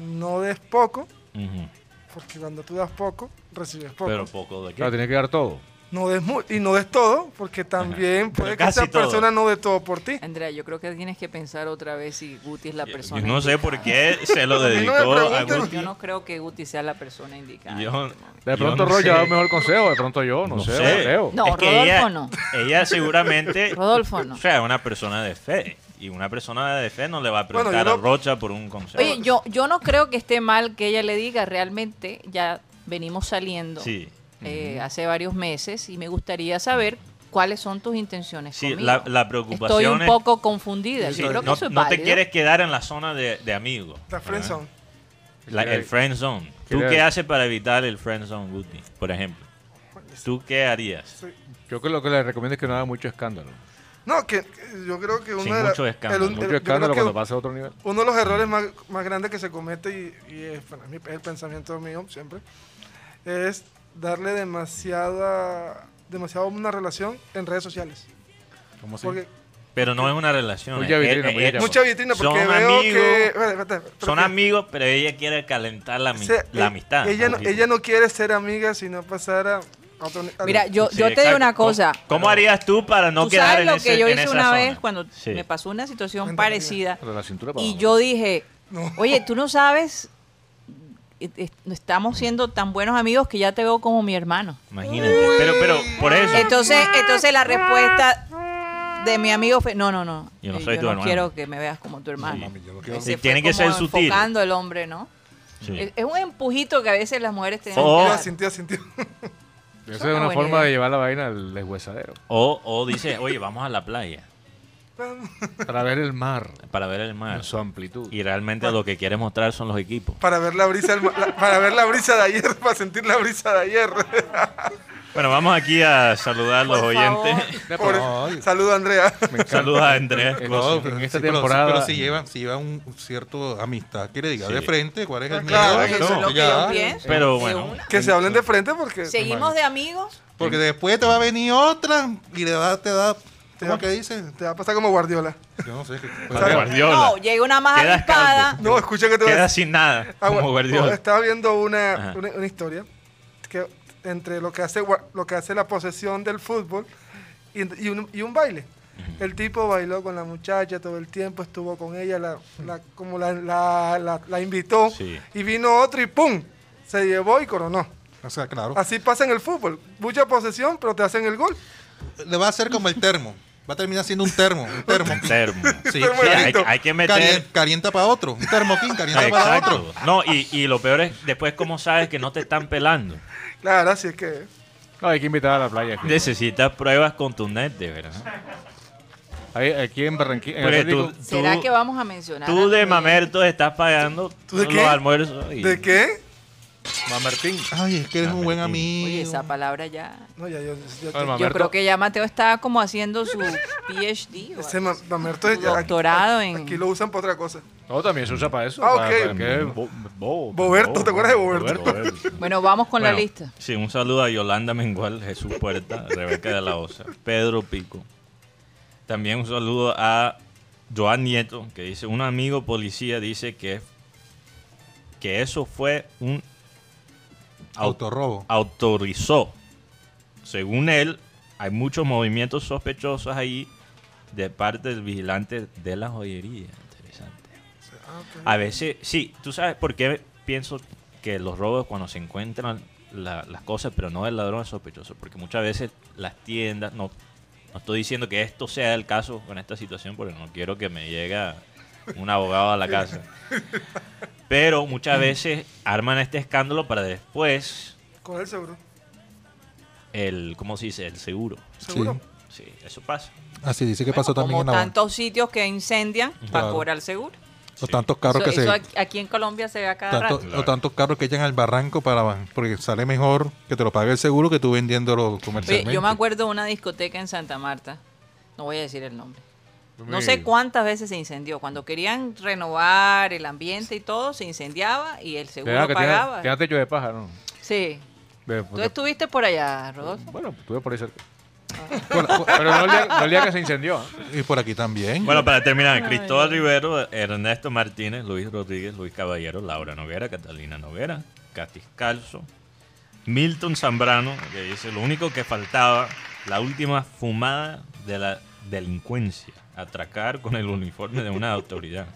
Speaker 5: no des poco,
Speaker 4: Ujú.
Speaker 5: porque cuando tú das poco, recibes poco.
Speaker 4: Pero poco de qué.
Speaker 1: Claro, tiene que dar todo.
Speaker 5: No des mu- y no des todo, porque también puede que
Speaker 4: casi
Speaker 5: esa
Speaker 4: todo.
Speaker 5: persona no dé todo por ti.
Speaker 3: Andrea, yo creo que tienes que pensar otra vez si Guti es la
Speaker 4: Yo
Speaker 3: persona.
Speaker 4: no sé por qué se lo
Speaker 5: A mí no
Speaker 4: dedicó
Speaker 5: me
Speaker 4: a
Speaker 5: pregunten.
Speaker 4: Guti.
Speaker 3: Yo no creo que Guti sea la persona indicada.
Speaker 4: Yo-
Speaker 3: en este momento.
Speaker 4: Yo
Speaker 1: De pronto
Speaker 4: no
Speaker 1: Roy
Speaker 4: sé.
Speaker 1: ya da un mejor consejo, de pronto yo, no, sé, Mateo.
Speaker 3: No, Rodolfo no.
Speaker 4: Ella seguramente.
Speaker 3: *laughs* Rodolfo no.
Speaker 4: O sea, es una persona de fe. Y una persona de fe no le va a
Speaker 5: Bueno,
Speaker 4: preguntar
Speaker 5: yo
Speaker 4: a
Speaker 5: no-
Speaker 4: Rocha por un consejo.
Speaker 3: Oye, yo, yo no creo que esté mal que ella le diga, realmente ya venimos saliendo
Speaker 4: Sí.
Speaker 3: eh, hace varios meses y me gustaría saber cuáles son tus intenciones.
Speaker 4: Sí,
Speaker 3: conmigo.
Speaker 4: la, la preocupación
Speaker 3: Estoy un
Speaker 4: es-
Speaker 3: poco confundida.
Speaker 4: sí,
Speaker 3: yo creo que
Speaker 4: no,
Speaker 3: eso es
Speaker 4: no te
Speaker 3: válido.
Speaker 4: quieres quedar en la zona de, de amigos.
Speaker 5: La friendzone.
Speaker 4: La- el friend zone. ¿Tú
Speaker 1: Quiere-
Speaker 4: qué haces para evitar el friend zone, Guti? Por ejemplo. ¿Tú qué harías?
Speaker 1: Yo creo que lo que le recomiendo es que no haga mucho escándalo.
Speaker 5: No, que que yo creo que uno
Speaker 4: Sin
Speaker 5: de la-
Speaker 4: mucho escándalo.
Speaker 5: el- el-
Speaker 1: Mucho
Speaker 5: yo
Speaker 1: escándalo
Speaker 5: creo que
Speaker 1: cuando pase a otro nivel.
Speaker 5: uno de los errores más, más grandes que se comete, y, y es, para mí es el pensamiento mío siempre, es darle demasiada demasiado a una relación en redes sociales.
Speaker 1: ¿Cómo así?
Speaker 5: Porque
Speaker 4: Pero no es una relación.
Speaker 1: Mucha
Speaker 4: es-
Speaker 1: vitrina,
Speaker 4: es-
Speaker 1: mucha
Speaker 4: es-
Speaker 1: vitrina.
Speaker 5: mucha vitrina,
Speaker 4: son
Speaker 5: porque veo
Speaker 4: amigos,
Speaker 5: que... espérate, espérate, espérate.
Speaker 4: Son amigos, pero ella quiere calentar la,
Speaker 5: O
Speaker 4: ami-
Speaker 5: sea,
Speaker 4: la
Speaker 5: eh,
Speaker 4: amistad.
Speaker 5: Ella no,
Speaker 4: Ojito.
Speaker 5: ella no quiere ser amiga, sino pasar a... a otro- al-
Speaker 3: Mira, yo,
Speaker 4: Sí,
Speaker 3: yo te digo
Speaker 4: exacto.
Speaker 3: una
Speaker 4: ¿Cómo-
Speaker 3: cosa.
Speaker 4: ¿Cómo, harías tú para no
Speaker 3: Tú
Speaker 4: quedar
Speaker 3: sabes
Speaker 4: en
Speaker 3: lo
Speaker 4: ese-
Speaker 3: que yo
Speaker 4: en
Speaker 3: hice
Speaker 4: esa
Speaker 3: una
Speaker 4: zona?
Speaker 3: vez cuando
Speaker 4: Sí.
Speaker 3: me pasó una situación
Speaker 5: Cuéntame,
Speaker 3: parecida
Speaker 1: Pero la cintura para
Speaker 3: y
Speaker 1: abajo.
Speaker 3: yo dije,
Speaker 5: No.
Speaker 3: oye, tú no sabes, eh, eh, estamos siendo tan buenos amigos que ya te veo como mi hermano.
Speaker 4: Imagínate. Pero, pero, por eso.
Speaker 3: Entonces, entonces la respuesta de mi amigo fue, no, no, no,
Speaker 4: Yo no
Speaker 3: eh,
Speaker 4: soy tu hermano".
Speaker 3: quiero que me veas como tu hermano.
Speaker 6: Mami, yo no
Speaker 3: Ese
Speaker 6: quiero-
Speaker 4: Sí,
Speaker 3: fue
Speaker 4: tiene que ser
Speaker 3: como
Speaker 4: sutil.
Speaker 3: Enfocando el hombre, ¿no?
Speaker 4: Sí.
Speaker 3: Es- Es un empujito que a veces las mujeres tienen
Speaker 4: Oh.
Speaker 3: que
Speaker 5: Sentía,
Speaker 3: dar.
Speaker 5: sentía, sentía.
Speaker 1: Esa
Speaker 3: una
Speaker 1: es una
Speaker 3: buena
Speaker 1: forma
Speaker 3: idea.
Speaker 1: de llevar la vaina al deshuesadero.
Speaker 4: O, o dices, oye, vamos a la playa
Speaker 1: Para ver el mar
Speaker 4: para ver el mar.
Speaker 1: en su amplitud.
Speaker 4: Y realmente lo que quieres mostrar son los equipos.
Speaker 5: *laughs* Para ver la brisa, del ma- la- para ver la brisa de ayer, *laughs* para sentir la brisa de
Speaker 1: *laughs*
Speaker 5: ayer.
Speaker 4: Bueno, vamos aquí a saludar a los
Speaker 3: Por
Speaker 4: oyentes.
Speaker 3: favor.
Speaker 5: Por-
Speaker 1: Ay,
Speaker 5: Saludo, Andrea.
Speaker 4: *laughs*
Speaker 1: me encanta.
Speaker 4: Saludos a Andrés.
Speaker 1: Eh,
Speaker 4: Costa.
Speaker 1: no, en esta
Speaker 6: Sí, pero-
Speaker 1: temporada.
Speaker 6: Pero, si lleva, si lleva un un cierto amistad, quiere diga
Speaker 4: Sí.
Speaker 6: de frente cuál es el
Speaker 5: Claro,
Speaker 6: miedo.
Speaker 5: eso es
Speaker 3: Eso es lo que
Speaker 6: Ya.
Speaker 3: yo pienso.
Speaker 4: Pero
Speaker 3: de
Speaker 4: bueno.
Speaker 3: una.
Speaker 5: Que se hablen de frente porque...
Speaker 3: Seguimos de amigos.
Speaker 6: Porque después te va a venir otra y le da, te da. ¿Cómo que dice?
Speaker 5: Te va a pasar como Guardiola.
Speaker 6: Yo no sé. qué-
Speaker 4: Guardiola.
Speaker 3: No, llega una más
Speaker 4: Quedas
Speaker 3: avispada.
Speaker 4: calvo.
Speaker 5: No, escucha que te voy a
Speaker 4: Queda
Speaker 5: decir.
Speaker 4: sin nada.
Speaker 5: Ah,
Speaker 4: como
Speaker 5: bueno,
Speaker 4: Guardiola.
Speaker 5: Estaba viendo una,
Speaker 4: Ajá.
Speaker 5: una, una historia que entre lo que hace Gua- lo que hace la posesión del fútbol y, y un, y un baile. El tipo bailó con la muchacha todo el tiempo, estuvo con ella, la, la- como la, la, la- la invitó,
Speaker 4: Sí.
Speaker 5: y vino otro y ¡pum! Se llevó y coronó.
Speaker 6: O sea, claro.
Speaker 5: Así pasa en el fútbol. Mucha posesión, pero te hacen el gol.
Speaker 6: Le va a hacer como el termo. Va a terminar siendo un termo. Un termo.
Speaker 4: Enfermo.
Speaker 6: Sí,
Speaker 5: termo
Speaker 6: sí,
Speaker 4: Hay,
Speaker 5: Exacto.
Speaker 4: hay que meter.
Speaker 6: Calien- calienta para otro. Un termoquín calienta para otro.
Speaker 4: Exacto. No, y, y lo peor es después cómo sabes que no te están pelando.
Speaker 5: Claro, así es que...
Speaker 1: No, hay que invitar a la playa. fíjate.
Speaker 4: Necesitas pruebas contundentes, ¿verdad?
Speaker 1: Ahí- aquí en Barranquilla. en
Speaker 4: Porque
Speaker 1: Atlético,
Speaker 4: tú-
Speaker 3: ¿Será
Speaker 4: tú-
Speaker 3: que vamos a mencionar?
Speaker 4: Tú de
Speaker 3: algo
Speaker 4: mamerto estás pagando
Speaker 5: ¿Tú de
Speaker 4: los
Speaker 5: qué?
Speaker 4: almuerzos. y-
Speaker 5: ¿De qué?
Speaker 1: Mamertín.
Speaker 6: Ay, es que eres un buen amigo.
Speaker 3: Oye, esa palabra ya.
Speaker 5: No, ya yo... ya
Speaker 1: Ah, el
Speaker 5: te-
Speaker 1: Mamerto.
Speaker 3: Yo creo que ya Mateo está como haciendo su PhD. o
Speaker 5: ese
Speaker 3: algo
Speaker 5: ma-
Speaker 3: así.
Speaker 5: mamerto ya- aquí-
Speaker 3: Doctorado en-
Speaker 5: Aquí lo usan para otra cosa.
Speaker 1: No, también se usa para eso.
Speaker 5: Ah,
Speaker 1: para-
Speaker 5: ok.
Speaker 1: para que-
Speaker 4: Bo- bo-
Speaker 5: Boberto, ¿te acuerdas de Boberto?
Speaker 3: Bueno, vamos *laughs* con la
Speaker 4: Bueno,
Speaker 3: lista.
Speaker 4: Sí, un saludo a Yolanda Mengual, Jesús Puerta, *laughs* Rebeca de la Osa, Pedro Pico. También un saludo a Joan Nieto, que dice, un amigo policía dice que, que eso fue un auto
Speaker 6: Autorrobo.
Speaker 4: autorizó. Según él, hay muchos movimientos sospechosos ahí de parte del vigilante de la joyería. Interesante. A veces, sí, tú sabes por qué pienso que los robos cuando se encuentran la- las cosas, pero no del ladrón es sospechoso, porque muchas veces las tiendas, no, no estoy diciendo que esto sea el caso con esta situación, porque no quiero que me llegue un abogado a la casa. Pero muchas veces arman este escándalo para después
Speaker 5: Con el seguro.
Speaker 4: el, ¿cómo se dice? El seguro.
Speaker 5: ¿Seguro?
Speaker 6: Sí.
Speaker 4: Sí, eso pasa.
Speaker 6: Así dice que
Speaker 3: Bueno,
Speaker 6: pasó también
Speaker 3: como
Speaker 6: en la
Speaker 3: tantos sitios que incendian para
Speaker 6: Claro.
Speaker 3: cobrar seguro.
Speaker 6: Los tantos carros
Speaker 3: eso,
Speaker 6: que se.
Speaker 3: eso aquí- aquí en Colombia se ve a cada
Speaker 6: tanto-
Speaker 3: rato.
Speaker 6: Los tantos carros que echan al barranco para. Porque sale mejor que te lo pague el seguro que tú vendiéndolo
Speaker 3: Oye,
Speaker 6: comercialmente.
Speaker 3: yo me acuerdo de una discoteca en Santa Marta. No voy a decir el nombre. No sé
Speaker 1: Mira.
Speaker 3: cuántas veces se incendió. Cuando querían renovar el ambiente y todo, se incendiaba y el seguro
Speaker 1: Cuidado que tiene-
Speaker 3: pagaba.
Speaker 1: tiene techo de paja, ¿no?
Speaker 3: Sí.
Speaker 1: De-
Speaker 3: Tú
Speaker 1: porque-
Speaker 3: estuviste por allá, Rodolfo.
Speaker 1: bueno, estuve por ahí cerca. Pero no el día, no el día que se incendió. ¿eh?
Speaker 6: Y por aquí también.
Speaker 4: Bueno, para terminar, Cristóbal Rivero, Ernesto Martínez, Luis Rodríguez, Luis Caballero, Laura Noguera, Catalina Noguera, Catis Calzo, Milton Zambrano, que dice, lo único que faltaba, la última fumada de la delincuencia, atracar con el uniforme de una autoridad.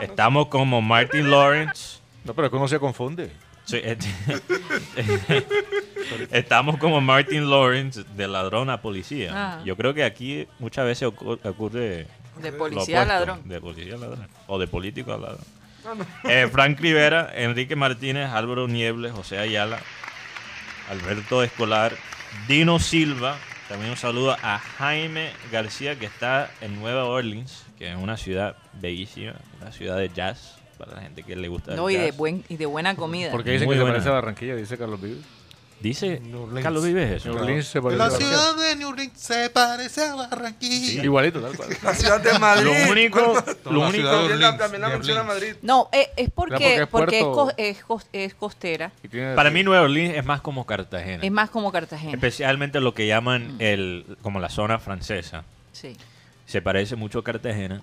Speaker 4: Estamos como Martin Lawrence.
Speaker 1: No, pero es que uno se confunde.
Speaker 4: Sí, et- *laughs* Estamos como Martin Lawrence de ladrón a policía.
Speaker 3: Ah.
Speaker 4: Yo creo que aquí muchas veces ocu- ocurre
Speaker 3: De
Speaker 4: lo
Speaker 3: policía a
Speaker 4: opuesto,
Speaker 3: ladrón.
Speaker 4: De policía a ladrón. O de político a ladrón. *laughs* Eh, Frank Rivera, Enrique Martínez, Álvaro Niebles, José Ayala, Alberto Escolar, Dino Silva. También un saludo a Jaime García, que está en Nueva Orleans, que es una ciudad bellísima, una ciudad de jazz, para la gente que le gusta el
Speaker 3: No, y de,
Speaker 4: jazz.
Speaker 3: buen, y de buena comida.
Speaker 1: Porque dicen
Speaker 4: Muy
Speaker 1: que se
Speaker 4: buena.
Speaker 1: parece a Barranquilla, dice Carlos Vives.
Speaker 4: Dice
Speaker 6: New Orleans.
Speaker 4: Carlos Vives eso.
Speaker 1: New Orleans se parece a
Speaker 6: La
Speaker 1: Barranquilla.
Speaker 6: ciudad de New Orleans se parece a Barranquilla.
Speaker 1: Igualito, tal cual.
Speaker 5: La ciudad de Madrid.
Speaker 4: Lo único, *laughs* lo
Speaker 6: La
Speaker 4: único
Speaker 6: ciudad de
Speaker 5: También la,
Speaker 6: Orleans,
Speaker 5: también la
Speaker 6: de
Speaker 5: menciona
Speaker 6: Orleans.
Speaker 4: *laughs*
Speaker 5: Madrid.
Speaker 3: No, eh, es
Speaker 1: porque
Speaker 3: porque,
Speaker 1: es
Speaker 3: porque es,
Speaker 1: puerto.
Speaker 3: cos- es cos- es costera.
Speaker 1: Y tiene-
Speaker 4: para mí Nueva Orleans es más como Cartagena.
Speaker 3: Es más Mm. como Cartagena.
Speaker 4: Especialmente lo que llaman el, como la zona francesa.
Speaker 3: Sí.
Speaker 4: Se parece mucho a Cartagena.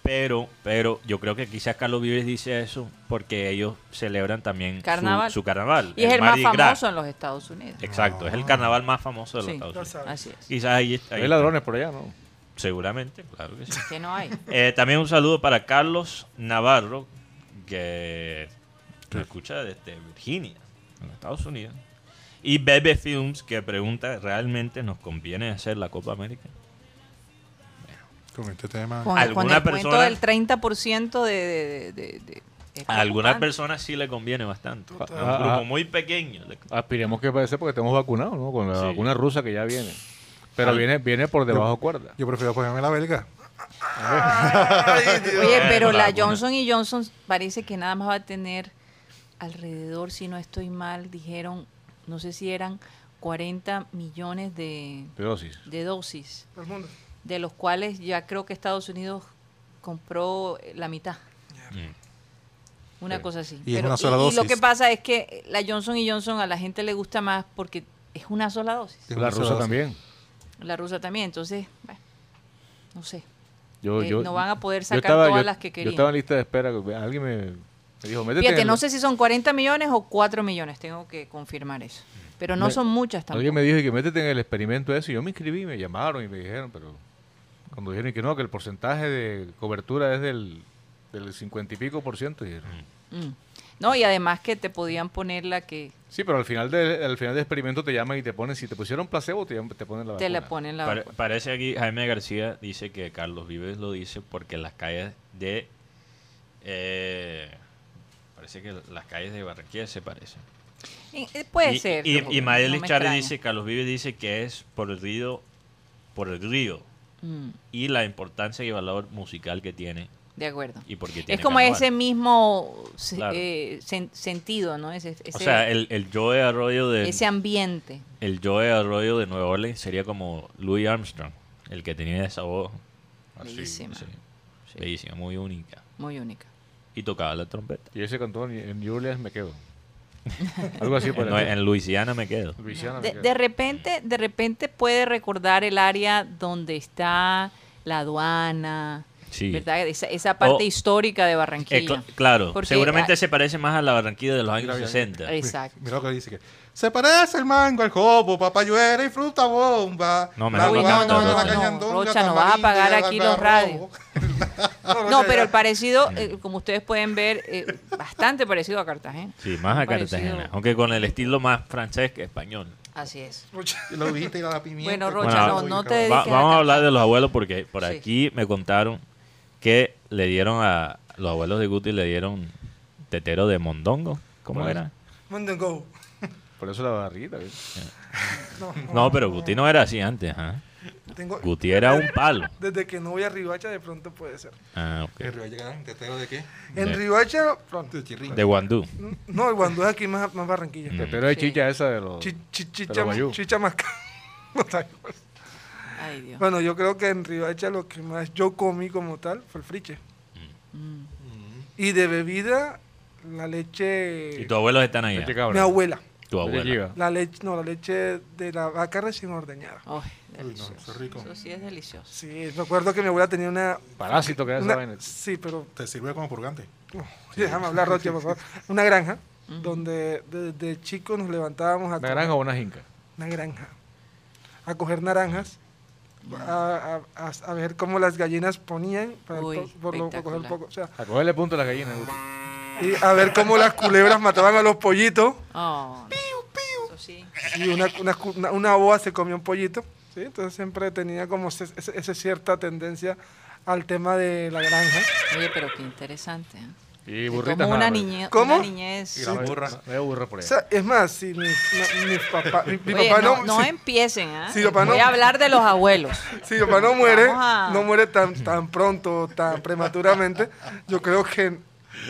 Speaker 4: Pero, pero yo creo que quizás Carlos Vives dice eso porque ellos celebran también su-
Speaker 3: Carnaval.
Speaker 4: Su, carnaval.
Speaker 3: Y es el más
Speaker 4: Mardi Gras. Eh,
Speaker 3: famoso en los Estados Unidos.
Speaker 4: Exacto, es el carnaval más famoso de los
Speaker 3: Sí.
Speaker 4: Estados
Speaker 5: Ya
Speaker 4: Unidos.
Speaker 5: sabes.
Speaker 3: Así es.
Speaker 4: Quizás ahí, ahí
Speaker 1: Hay
Speaker 4: está.
Speaker 1: ladrones por allá, ¿no?
Speaker 4: Seguramente, claro que sí.
Speaker 3: Que no hay.
Speaker 4: Eh, también un saludo para Carlos Navarro, que lo escucha desde Virginia, en Estados Unidos. Y Bebe Films, que pregunta, ¿realmente nos conviene hacer la Copa América?
Speaker 6: Con este tema.
Speaker 3: Con, el- con
Speaker 4: ¿Alguna
Speaker 3: el cuento
Speaker 4: persona?
Speaker 3: del 30% de... de, de, de- de- es
Speaker 4: A algunas
Speaker 3: preocupante.
Speaker 4: personas sí le conviene bastante. A
Speaker 1: Ah,
Speaker 4: un grupo
Speaker 1: ah.
Speaker 4: muy pequeño. le-
Speaker 1: Aspiremos que parece porque estamos vacunados, ¿no? Con la
Speaker 4: Sí.
Speaker 1: vacuna rusa que ya viene. Pero
Speaker 4: Al-
Speaker 1: viene, viene por debajo cuerda.
Speaker 6: Yo prefiero ponerme la belga.
Speaker 5: Ay, Dios.
Speaker 3: Oye, pero
Speaker 4: Bueno,
Speaker 3: la
Speaker 4: alguna.
Speaker 3: Johnson y Johnson parece que nada más va a tener alrededor, si no estoy mal, dijeron, no sé si eran 40 millones de,
Speaker 1: De dosis.
Speaker 3: de dosis,
Speaker 5: Todo el mundo.
Speaker 3: de los cuales ya creo que Estados Unidos compró eh, la mitad. Una
Speaker 1: Sí.
Speaker 3: cosa así.
Speaker 6: Y es una sola
Speaker 3: y lo
Speaker 6: dosis.
Speaker 3: que pasa es que la Johnson y Johnson a la gente le gusta más porque es una sola dosis.
Speaker 6: Sí.
Speaker 1: La rusa también.
Speaker 3: La rusa también, entonces, bueno, no sé.
Speaker 1: Yo,
Speaker 3: Eh,
Speaker 1: yo,
Speaker 3: no van a poder
Speaker 1: yo
Speaker 3: sacar todas las que
Speaker 1: Yo
Speaker 3: querían.
Speaker 1: estaba en lista de espera. que Alguien me, me dijo, métete.
Speaker 3: Fíjate,
Speaker 1: en
Speaker 3: no
Speaker 1: la-
Speaker 3: sé si son 40 millones o 4 millones, tengo que confirmar eso. Pero no
Speaker 1: Me-
Speaker 3: son muchas
Speaker 1: Alguien
Speaker 3: tampoco.
Speaker 1: me dijo que métete en el experimento ese. y Yo me inscribí, me llamaron y me dijeron, pero cuando dijeron que no, que el porcentaje de cobertura es del, del 50 y pico por ciento. dijeron.
Speaker 3: Mm. No, y además que te podían poner la que
Speaker 1: Sí, pero al final, del, al final del experimento te llaman y te ponen, si te pusieron placebo, te, llam- te ponen la
Speaker 3: te
Speaker 1: vacuna.
Speaker 3: la ponen la
Speaker 4: Pare-
Speaker 3: vacuna.
Speaker 4: parece aquí, Jaime García dice que Carlos Vives lo dice porque las calles de... eh, parece que las calles de Barranquilla se parecen.
Speaker 3: Y- eh, puede
Speaker 4: y,
Speaker 3: ser.
Speaker 4: Y,
Speaker 3: yo-
Speaker 4: y Mael
Speaker 3: no me
Speaker 4: Echare
Speaker 3: extraña.
Speaker 4: dice, Carlos Vives dice que es por el río, por el río
Speaker 3: Mm,
Speaker 4: y la importancia y valor musical que tiene
Speaker 3: de acuerdo.
Speaker 4: y porque tiene
Speaker 3: Es como
Speaker 4: carnaval.
Speaker 3: ese mismo se-
Speaker 4: Claro.
Speaker 3: eh, sen- sentido, ¿no? Ese,
Speaker 4: o
Speaker 3: ese-
Speaker 4: sea, el, el Joe Arroyo de
Speaker 3: ese ambiente.
Speaker 4: el Joe Arroyo de Nueva Orleans sería como Louis Armstrong, el que tenía esa voz así,
Speaker 3: Bellísima.
Speaker 4: sí,
Speaker 3: Sí,
Speaker 4: bellísima, muy única
Speaker 3: Muy única.
Speaker 4: y tocaba la trompeta.
Speaker 1: Y ese cantón en New Orleans
Speaker 3: *laughs*
Speaker 1: me quedo. Algo así por
Speaker 4: En,
Speaker 1: el-
Speaker 4: en Luisiana me quedo.
Speaker 1: Luisiana me
Speaker 3: De,
Speaker 1: quedo.
Speaker 3: de repente, de repente puede recordar el área donde está la aduana,
Speaker 4: Sí.
Speaker 3: ¿verdad? Esa, esa parte
Speaker 4: O-
Speaker 3: histórica de
Speaker 4: Eh,
Speaker 3: Barranquilla.
Speaker 4: cl- claro,
Speaker 3: Porque,
Speaker 4: seguramente
Speaker 3: ah,
Speaker 4: se parece más a la Barranquilla de los años
Speaker 6: mira,
Speaker 4: 60.
Speaker 3: Exacto.
Speaker 6: Mira lo que dice que se parece el mango al copo, papayuera y fruta bomba.
Speaker 4: No, me
Speaker 6: La
Speaker 4: da
Speaker 6: guayaba,
Speaker 4: cuenta,
Speaker 6: la
Speaker 4: Rocha.
Speaker 6: cañandonga,
Speaker 3: Rocha, no vas a apagar
Speaker 6: tamarindo,
Speaker 3: aquí los
Speaker 6: algarrobo.
Speaker 3: No, pero el parecido, eh, como ustedes pueden ver, eh, bastante parecido a Cartagena.
Speaker 4: Sí, más a
Speaker 3: Parecido.
Speaker 4: Cartagena, aunque con el estilo más francés que español.
Speaker 3: Así es.
Speaker 6: Y Lo viste y la pimienta.
Speaker 3: Bueno,
Speaker 6: y
Speaker 3: Rocha,
Speaker 6: todo.
Speaker 4: no,
Speaker 6: Uy,
Speaker 3: no te
Speaker 6: cabrón.
Speaker 3: dediques
Speaker 4: Va-
Speaker 3: a
Speaker 4: vamos a
Speaker 3: Cartagena.
Speaker 4: hablar de los abuelos porque por
Speaker 3: Sí.
Speaker 4: aquí me contaron que le dieron a los abuelos de Guti le dieron tetero de mondongo. ¿Cómo
Speaker 1: Bueno.
Speaker 4: era?
Speaker 5: Mondongo.
Speaker 1: Por eso la barrita. ¿eh?
Speaker 4: No, pero Guti no era así antes. ajá.
Speaker 5: Tengo,
Speaker 4: Guti era un palo.
Speaker 5: desde que no voy a Ribacha, de pronto puede ser.
Speaker 4: Ah,
Speaker 6: ¿En
Speaker 4: ok.
Speaker 6: Río llegaron? ¿Tetero de qué?
Speaker 5: En
Speaker 4: De-
Speaker 5: Ribacha, pronto.
Speaker 6: De chirrín.
Speaker 4: De Guandú.
Speaker 5: No, el guandú es aquí más, más Barranquilla.
Speaker 4: Mm.
Speaker 1: Pero de
Speaker 3: Sí.
Speaker 1: chicha esa de los...
Speaker 5: Chi- chi-
Speaker 1: Pero
Speaker 5: Chicha,
Speaker 1: Guayú.
Speaker 5: chicha más ca- *laughs* no está igual.
Speaker 3: Ay, Dios.
Speaker 5: Bueno, yo creo que en Ribacha lo que más yo comí como tal fue el friche.
Speaker 3: Mm.
Speaker 5: Y de bebida, la leche.
Speaker 4: Y tus abuelos están ahí.
Speaker 1: Leche
Speaker 4: ah?
Speaker 1: cabra.
Speaker 5: Mi abuela.
Speaker 4: Tu
Speaker 1: Leche
Speaker 4: abuela.
Speaker 1: chiva.
Speaker 5: La leche, no, la leche de la vaca recién ordeñada.
Speaker 3: Ay,
Speaker 6: Uy, no,
Speaker 3: delicioso.
Speaker 6: eso es rico.
Speaker 3: Eso sí es delicioso.
Speaker 5: Sí, recuerdo que mi abuela tenía una.
Speaker 1: Parásito que era esa
Speaker 5: una-
Speaker 1: vaina.
Speaker 5: sí, pero. *laughs*
Speaker 6: Te sirve como purgante.
Speaker 5: Déjame hablar, Roche, por favor. Una granja. donde desde chicos nos levantábamos a
Speaker 1: ¿Una
Speaker 5: tomar
Speaker 1: granja o una jinca?
Speaker 5: una granja, a coger naranjas, a, a- a- a ver cómo las gallinas ponían para
Speaker 3: Uy,
Speaker 5: to- por lo- por coger
Speaker 3: espectacular.
Speaker 5: poco, o sea,
Speaker 1: A cogerle punto a la gallina. Guti.
Speaker 5: y a ver cómo las culebras mataban a los pollitos
Speaker 3: Oh, no. Eso sí.
Speaker 5: y una, una, cu- una- una boa se comió un pollito, ¿sí? entonces siempre tenía como ese- ese- esa cierta tendencia al tema de la granja.
Speaker 3: Oye, pero qué interesante. ¿eh?
Speaker 1: Y
Speaker 3: Te
Speaker 1: burritas.
Speaker 3: tomó una,
Speaker 1: nada, pero-
Speaker 3: niñez,
Speaker 5: ¿Cómo?
Speaker 3: una niñez.
Speaker 6: Y la
Speaker 1: No,
Speaker 6: burra.
Speaker 1: no, no hay burra por
Speaker 5: O
Speaker 1: ahí.
Speaker 5: sea, es más, si mi, no, mi papá, mi- mi
Speaker 3: Oye,
Speaker 5: papá
Speaker 3: no,
Speaker 5: no,
Speaker 3: no
Speaker 5: si-
Speaker 3: empiecen, ¿ah?
Speaker 5: Sí, papá, no.
Speaker 3: Voy a hablar de los abuelos.
Speaker 5: Si mi papá no muere,
Speaker 3: Vamos a-
Speaker 5: no muere tan, tan pronto, tan prematuramente, yo creo que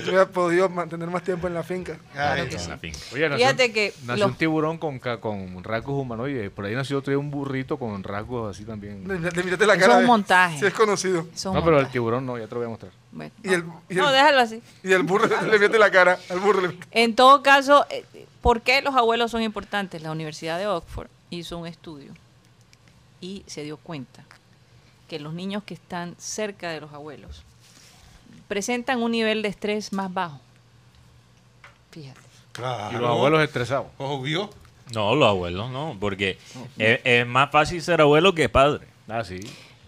Speaker 5: yo hubiera podido mantener más tiempo en la finca.
Speaker 6: Ay,
Speaker 4: En la finca.
Speaker 1: Oye,
Speaker 3: Fíjate que
Speaker 1: nació
Speaker 3: los-
Speaker 1: un tiburón con, ca- con rasgos humanoides. Por ahí nació otro día un burrito con rasgos así también.
Speaker 5: Le, le- le miraste la
Speaker 3: Eso
Speaker 5: cara.
Speaker 3: es un
Speaker 5: eh.
Speaker 3: montaje.
Speaker 5: Sí, es conocido.
Speaker 3: Son
Speaker 1: No, pero el
Speaker 3: montajes.
Speaker 1: tiburón no, ya te lo voy a mostrar.
Speaker 3: Bueno,
Speaker 5: Y
Speaker 3: no.
Speaker 5: el, y el,
Speaker 3: no, déjalo así.
Speaker 5: y el burro *laughs* le miraste la cara. Al burro le
Speaker 3: En todo caso, eh, ¿por qué los abuelos son importantes? La Universidad de Oxford hizo un estudio y se dio cuenta que los niños que están cerca de los abuelos presentan un nivel de estrés más bajo. Fíjate.
Speaker 1: Y
Speaker 6: claro.
Speaker 1: los abuelos estresados.
Speaker 6: Obvio.
Speaker 4: No, los abuelos no, porque es, es más fácil ser abuelo que padre.
Speaker 1: Ah, sí.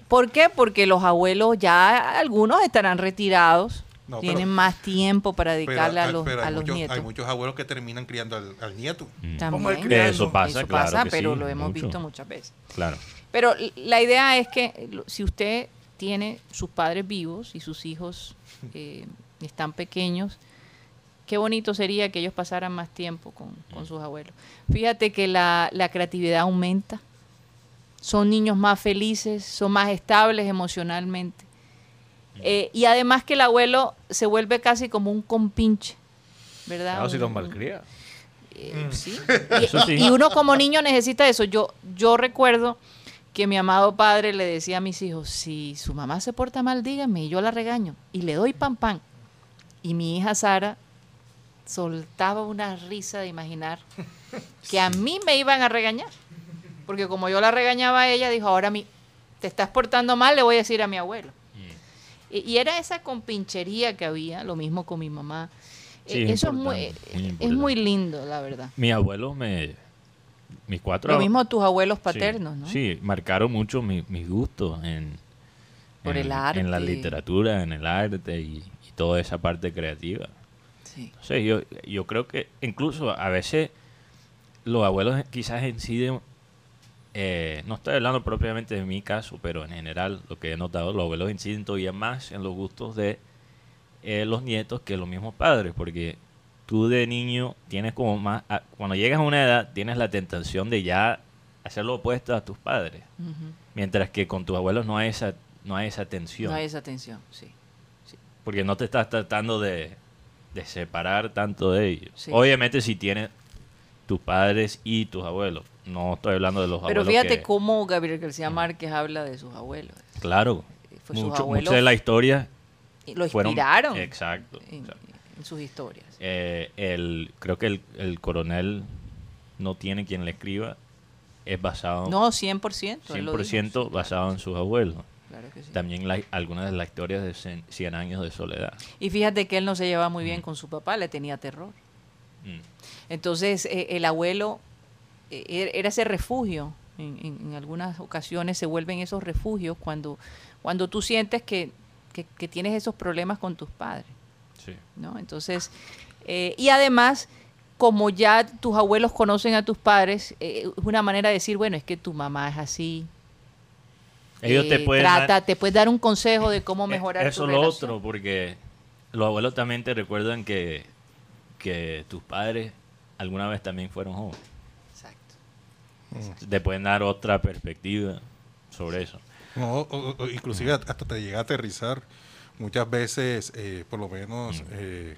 Speaker 3: ¿Por qué? Porque los abuelos ya algunos estarán retirados,
Speaker 6: No, pero-
Speaker 3: tienen más tiempo para
Speaker 6: Pero,
Speaker 3: dedicarle a
Speaker 6: hay-
Speaker 3: los,
Speaker 6: pero
Speaker 3: a
Speaker 6: hay,
Speaker 3: los
Speaker 6: muchos,
Speaker 3: nietos.
Speaker 6: hay muchos abuelos que terminan criando al, al nieto.
Speaker 5: Vamos a ir
Speaker 3: Mm. También.
Speaker 5: criando.
Speaker 4: Mm. Eso pasa,
Speaker 3: Eso
Speaker 4: claro
Speaker 3: pasa,
Speaker 4: que
Speaker 3: pero
Speaker 4: sí,
Speaker 3: lo hemos
Speaker 4: mucho.
Speaker 3: visto muchas veces.
Speaker 4: Claro.
Speaker 3: Pero l- la idea es que lo- si usted tiene sus padres vivos y sus hijos eh, están pequeños, qué bonito sería que ellos pasaran más tiempo con, con sus abuelos. Fíjate que la, la creatividad aumenta, son niños más felices, son más estables emocionalmente. Eh, y además que el abuelo se vuelve casi como un compinche, ¿verdad?
Speaker 1: Claro, si
Speaker 3: Un-
Speaker 1: Ah, los
Speaker 3: un-
Speaker 1: malcría.
Speaker 3: eh, sí.
Speaker 4: Mm. *laughs* Eso
Speaker 3: Y,
Speaker 4: sí.
Speaker 3: y uno como niño necesita eso. Yo, yo recuerdo que mi amado padre le decía a mis hijos, si su mamá se porta mal, díganme, y yo la regaño. Y le doy pan pan. Y mi hija Sara soltaba una risa de imaginar
Speaker 4: *laughs*
Speaker 3: que a mí me iban a regañar. Porque como yo la regañaba a ella, dijo, ahora a mí, te estás portando mal, le voy a decir a mi abuelo.
Speaker 4: Mm.
Speaker 3: Y, y era esa compinchería que había, lo mismo con mi mamá.
Speaker 4: Sí,
Speaker 3: Eh,
Speaker 4: es
Speaker 3: eso es muy,
Speaker 4: importante,
Speaker 3: eh,
Speaker 4: muy
Speaker 3: es
Speaker 4: importante.
Speaker 3: muy lindo, la verdad.
Speaker 4: Mis abuelos me... Mis cuatro
Speaker 3: Lo
Speaker 4: ab-
Speaker 3: mismo tus abuelos
Speaker 4: sí,
Speaker 3: paternos, ¿no?
Speaker 4: Sí, marcaron mucho mi- mis gustos en...
Speaker 3: Por
Speaker 4: en-
Speaker 3: el arte.
Speaker 4: En la literatura, en el arte y, y toda esa parte creativa.
Speaker 3: Sí.
Speaker 4: No sé, yo, yo creo que incluso a veces los abuelos quizás inciden, eh, no estoy hablando propiamente de mi caso, pero en general lo que he notado, los abuelos inciden todavía más en los gustos de eh, los nietos que los mismos padres, porque tú de niño tienes como más, a- cuando llegas a una edad tienes la tentación de ya hacer lo opuesto a tus padres,
Speaker 3: Ujú.
Speaker 4: mientras que con tus abuelos no hay esa, no hay esa tensión.
Speaker 3: No hay esa tensión, sí.
Speaker 4: Porque no te estás tratando de, de separar tanto de ellos.
Speaker 3: Sí.
Speaker 4: Obviamente si tienes tus padres y tus abuelos. No estoy hablando de los
Speaker 3: Pero
Speaker 4: abuelos.
Speaker 3: fíjate
Speaker 4: que- Mm.
Speaker 3: cómo Gabriel García Márquez habla de sus abuelos.
Speaker 4: Claro.
Speaker 3: eh, Fue sus
Speaker 4: mucho-
Speaker 3: abuelos-
Speaker 4: mucho de la historia
Speaker 3: Y Lo
Speaker 4: fueron-
Speaker 3: inspiraron
Speaker 4: Exacto.
Speaker 3: en,
Speaker 4: exacto.
Speaker 3: en sus historias.
Speaker 4: Eh, el, creo que el, el coronel no tiene quien le escriba. Es basado
Speaker 3: No, 100%. él lo dijo.
Speaker 4: 100% basado en sus abuelos.
Speaker 3: Claro que sí.
Speaker 4: También la- algunas de las historias de Cien- 100 años de soledad.
Speaker 3: Y fíjate que él no se llevaba muy bien con su papá, le tenía terror.
Speaker 4: Mm.
Speaker 3: Entonces, eh, el abuelo eh, er- era ese refugio. En, en- en algunas ocasiones se vuelven esos refugios cuando, cuando tú sientes que, que- que tienes esos problemas con tus padres.
Speaker 4: Sí.
Speaker 3: ¿no? Entonces, eh, y además, como ya tus abuelos conocen a tus padres, eh, es una manera de decir, bueno, es que tu mamá es así.
Speaker 4: Ellos te
Speaker 3: eh,
Speaker 4: pueden dar-
Speaker 3: trata, te puedes dar un consejo de cómo mejorar
Speaker 4: Eh, Eso
Speaker 3: tu
Speaker 4: es lo
Speaker 3: relación.
Speaker 4: otro, porque los abuelos también te recuerdan que, que tus padres alguna vez también fueron jóvenes.
Speaker 3: Exacto.
Speaker 4: Te pueden dar otra perspectiva sobre eso.
Speaker 6: No, o- o- o inclusive hasta te llega a aterrizar. Muchas veces, eh, por lo menos, eh,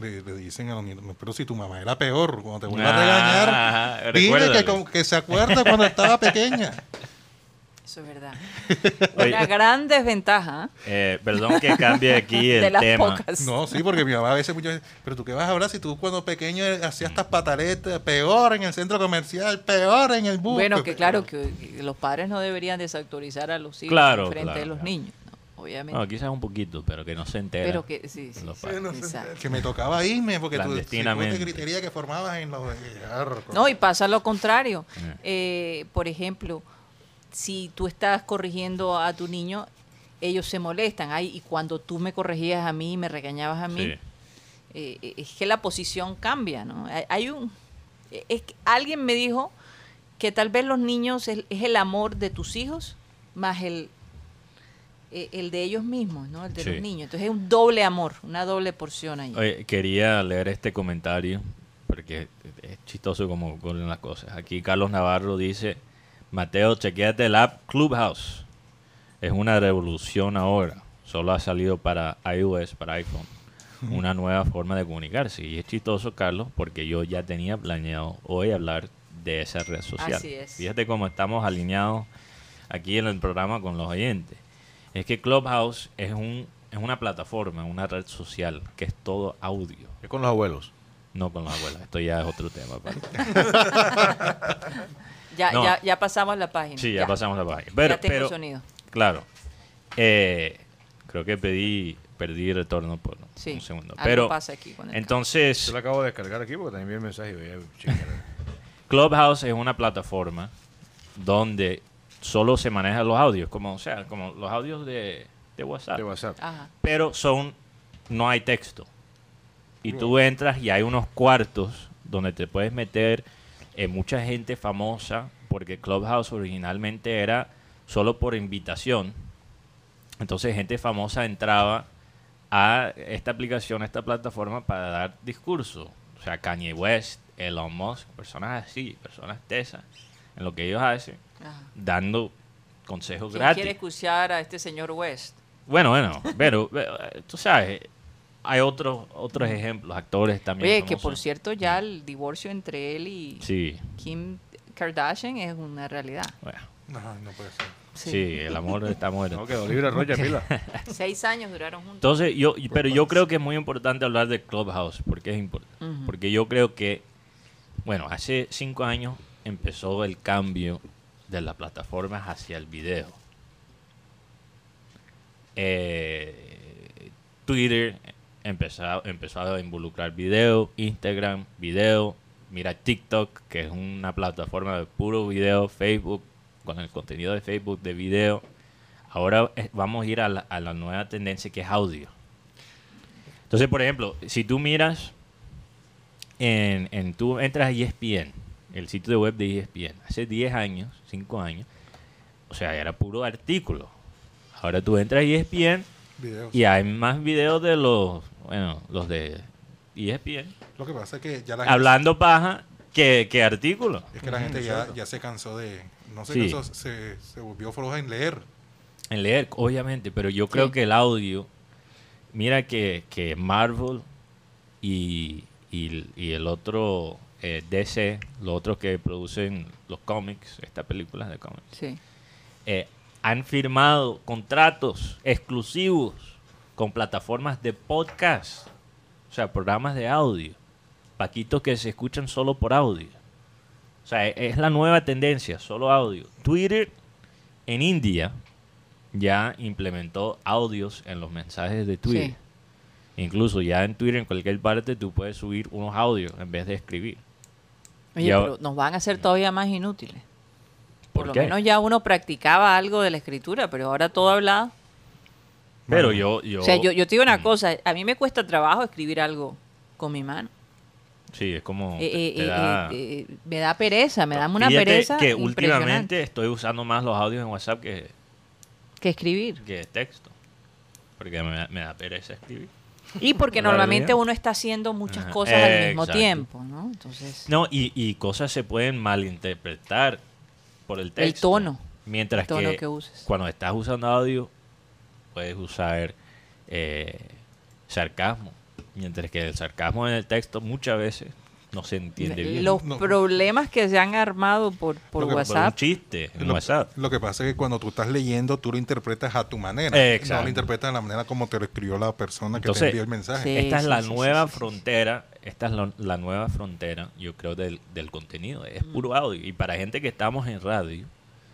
Speaker 6: le, le dicen a los niños, pero si tu mamá era peor, cuando te vuelva
Speaker 4: Ah,
Speaker 6: a
Speaker 4: ajá,
Speaker 6: regañar, dile
Speaker 4: recuérdale.
Speaker 6: que, como que se acuerda cuando estaba
Speaker 4: *laughs*
Speaker 6: pequeña.
Speaker 3: Eso es verdad.
Speaker 4: Oye,
Speaker 3: Una gran desventaja ¿eh?
Speaker 4: eh, perdón que cambie aquí
Speaker 3: *laughs*
Speaker 4: el
Speaker 3: de las
Speaker 4: tema.
Speaker 3: pocas.
Speaker 6: No, sí, porque mi mamá a veces muchas veces, pero tú qué vas a hablar si tú cuando pequeño hacías
Speaker 4: Mm.
Speaker 6: estas pataletas, peor en el centro comercial, peor en
Speaker 4: Uh,
Speaker 6: el bus.
Speaker 3: Bueno, que claro que que los padres no deberían desautorizar a los hijos
Speaker 4: Claro,
Speaker 3: frente a
Speaker 4: claro,
Speaker 3: los
Speaker 4: claro.
Speaker 3: niños. ¿no? obviamente.
Speaker 4: No, quizás un poquito, pero que no se entera.
Speaker 3: pero que sí, sí,
Speaker 4: Los
Speaker 3: sí,
Speaker 4: padres.
Speaker 5: no se
Speaker 3: exacto.
Speaker 6: Que me tocaba irme porque tú
Speaker 4: Clandestinamente.
Speaker 6: de gritería que formabas en los... eh, arco.
Speaker 3: No, y pasa lo contrario.
Speaker 4: Eh.
Speaker 3: Eh, por ejemplo, si tú estás corrigiendo a tu niño, ellos se molestan. Ay, y cuando tú me corregías a mí, me regañabas a mí,
Speaker 4: Sí.
Speaker 3: eh, eh, es que la posición cambia, ¿no? Hay, hay un... eh, Es que alguien me dijo que tal vez los niños es, es el amor de tus hijos más el, eh, el de ellos mismos, ¿no? El de los
Speaker 4: Sí.
Speaker 3: niños. Entonces es un doble amor, una doble porción ahí.
Speaker 4: Oye, quería leer este comentario porque es chistoso como ocurren las cosas. Aquí Carlos Navarro dice, Mateo, chequeate el app Clubhouse. Es una revolución ahora. Solo ha salido para iOS, para iPhone. Una nueva forma de comunicarse. Y es chistoso, Carlos, porque yo ya tenía planeado hoy hablar de esa red social.
Speaker 3: Así es.
Speaker 4: Fíjate cómo estamos alineados aquí en el programa con los oyentes. Es que Clubhouse es, un, es una plataforma, una red social que es todo audio.
Speaker 1: Es con los abuelos.
Speaker 4: No con las abuelas, esto ya es otro tema. aparte.
Speaker 3: Ya,
Speaker 4: no.
Speaker 3: ya, ya pasamos la página.
Speaker 4: Sí, ya, pasamos la página. Pero,
Speaker 3: ya tengo
Speaker 4: pero-
Speaker 3: sonido.
Speaker 4: Claro. Eh, creo que pedí, perdí retorno por
Speaker 3: Sí,
Speaker 4: un segundo.
Speaker 3: algo
Speaker 4: Pero
Speaker 3: pasa aquí con el
Speaker 1: Yo
Speaker 4: entonces,
Speaker 1: lo acabo de descargar aquí porque también vi el mensaje y veía,
Speaker 3: *laughs*
Speaker 1: chinga,
Speaker 4: Clubhouse es una plataforma donde solo se manejan los audios, como o sea, como los audios de, de WhatsApp.
Speaker 1: de este WhatsApp.
Speaker 3: Ajá.
Speaker 4: pero son no hay texto. Y tú entras y hay unos cuartos donde te puedes meter eh, mucha gente famosa, porque Clubhouse originalmente era solo por invitación. Entonces gente famosa entraba a esta aplicación, a esta plataforma para dar discurso. O sea, Kanye West, Elon Musk, personas así, personas de esas, en lo que ellos hacen,
Speaker 3: Ajá.
Speaker 4: dando consejos
Speaker 3: ¿Quién
Speaker 4: Pues gratis.
Speaker 3: quiere escuchar a este señor West?
Speaker 4: Bueno, bueno, pero eh, tú sabes, hay otros otros ejemplos, actores también.
Speaker 3: Oye, que por
Speaker 4: famosos.
Speaker 3: cierto ya el divorcio entre él y
Speaker 4: Sí,
Speaker 3: Kim Kardashian es una realidad.
Speaker 4: bueno,
Speaker 6: No, no puede ser.
Speaker 4: sí. el amor está muerto.
Speaker 1: *laughs* No, quedó libre Rocha Pila.
Speaker 3: Seis años duraron juntos.
Speaker 4: Entonces, yo, y- pero yo creo que es muy importante hablar de Clubhouse, porque es importante.
Speaker 3: Ujú.
Speaker 4: Porque yo creo que, bueno, hace cinco años empezó el cambio de las plataformas hacia el video. Eh, Twitter empezó, empezó a involucrar video, Instagram, video, mira TikTok, que es una plataforma de puro video, Facebook, con el contenido de Facebook de video. Ahora eh, vamos a ir a la, a la nueva tendencia que es audio. Entonces, por ejemplo, si tú miras, en, en- tú entras a E ESPN, el sitio de web de E ESPN, hace 10 años, 5 años, o sea, era puro artículo. Ahora tú entras a E ESPN
Speaker 6: Videos.
Speaker 4: y hay más videos de los, bueno, los de E ESPN,
Speaker 6: Lo que pasa es que ya la gente-
Speaker 4: hablando paja que, que artículos.
Speaker 6: Es que la gente ya, ya se cansó de... No se
Speaker 4: Sí.
Speaker 6: cansó, se, se volvió floja en leer.
Speaker 4: En leer, obviamente, pero yo creo que el audio, mira que, que Marvel y, y- y el otro eh, DC, los otros que producen los cómics, estas películas de cómics,
Speaker 3: Sí.
Speaker 4: eh, han firmado contratos exclusivos con plataformas de podcast, o sea, programas de audio, paquitos que se escuchan solo por audio. O sea, e- es la nueva tendencia, solo audio. Twitter en India ya implementó audios en los mensajes de Twitter.
Speaker 3: Sí.
Speaker 4: Incluso ya en Twitter, en cualquier parte, tú puedes subir unos audios en vez de escribir.
Speaker 3: Oye,
Speaker 4: Ya-
Speaker 3: pero nos van a hacer todavía más inútiles. Por,
Speaker 4: ¿Por
Speaker 3: lo
Speaker 4: qué?
Speaker 3: menos ya uno practicaba algo de la escritura, pero ahora todo hablado.
Speaker 4: Pero yo, yo...
Speaker 3: O sea, yo, yo te digo una
Speaker 4: Mm.
Speaker 3: cosa, a mí me cuesta trabajo escribir algo con mi mano.
Speaker 4: Sí, es como...
Speaker 3: Eh,
Speaker 4: te-
Speaker 3: eh,
Speaker 4: te
Speaker 3: eh,
Speaker 4: da-
Speaker 3: eh, eh, me da pereza, me da una
Speaker 4: Fíjate
Speaker 3: pereza
Speaker 4: que
Speaker 3: impresionante
Speaker 4: últimamente estoy usando más los audios en WhatsApp que,
Speaker 3: que escribir.
Speaker 4: que texto. Porque me, da- me da pereza escribir.
Speaker 3: Y porque
Speaker 4: Claro,
Speaker 3: normalmente
Speaker 4: bien.
Speaker 3: uno está haciendo muchas
Speaker 4: Ajá.
Speaker 3: cosas al mismo
Speaker 4: Exacto.
Speaker 3: tiempo, ¿no? Entonces,
Speaker 4: No, y, y cosas se pueden malinterpretar por el texto.
Speaker 3: tono.
Speaker 4: Mientras
Speaker 3: El tono
Speaker 4: que,
Speaker 3: que uses.
Speaker 4: cuando estás usando audio, puedes usar eh, sarcasmo. Mientras que el sarcasmo en el texto muchas veces no se entiende bien.
Speaker 3: los
Speaker 6: No.
Speaker 3: problemas que se han armado por, por
Speaker 6: Lo
Speaker 4: Por un
Speaker 6: que- por
Speaker 3: WhatsApp.
Speaker 4: chiste en
Speaker 6: Lo,
Speaker 4: WhatsApp.
Speaker 6: lo que pasa es que cuando tú estás leyendo, tú lo interpretas a tu manera.
Speaker 4: Exacto.
Speaker 6: No lo interpretas de la manera como te lo escribió la persona que
Speaker 4: Entonces,
Speaker 6: te envió el mensaje.
Speaker 3: Sí,
Speaker 4: esta es
Speaker 3: sí,
Speaker 4: la
Speaker 3: sí, sí,
Speaker 4: nueva
Speaker 3: sí, sí.
Speaker 4: frontera, esta es la, la nueva frontera, yo creo, del, del contenido. Es
Speaker 3: Mm.
Speaker 4: puro audio. Y para gente que estamos en radio,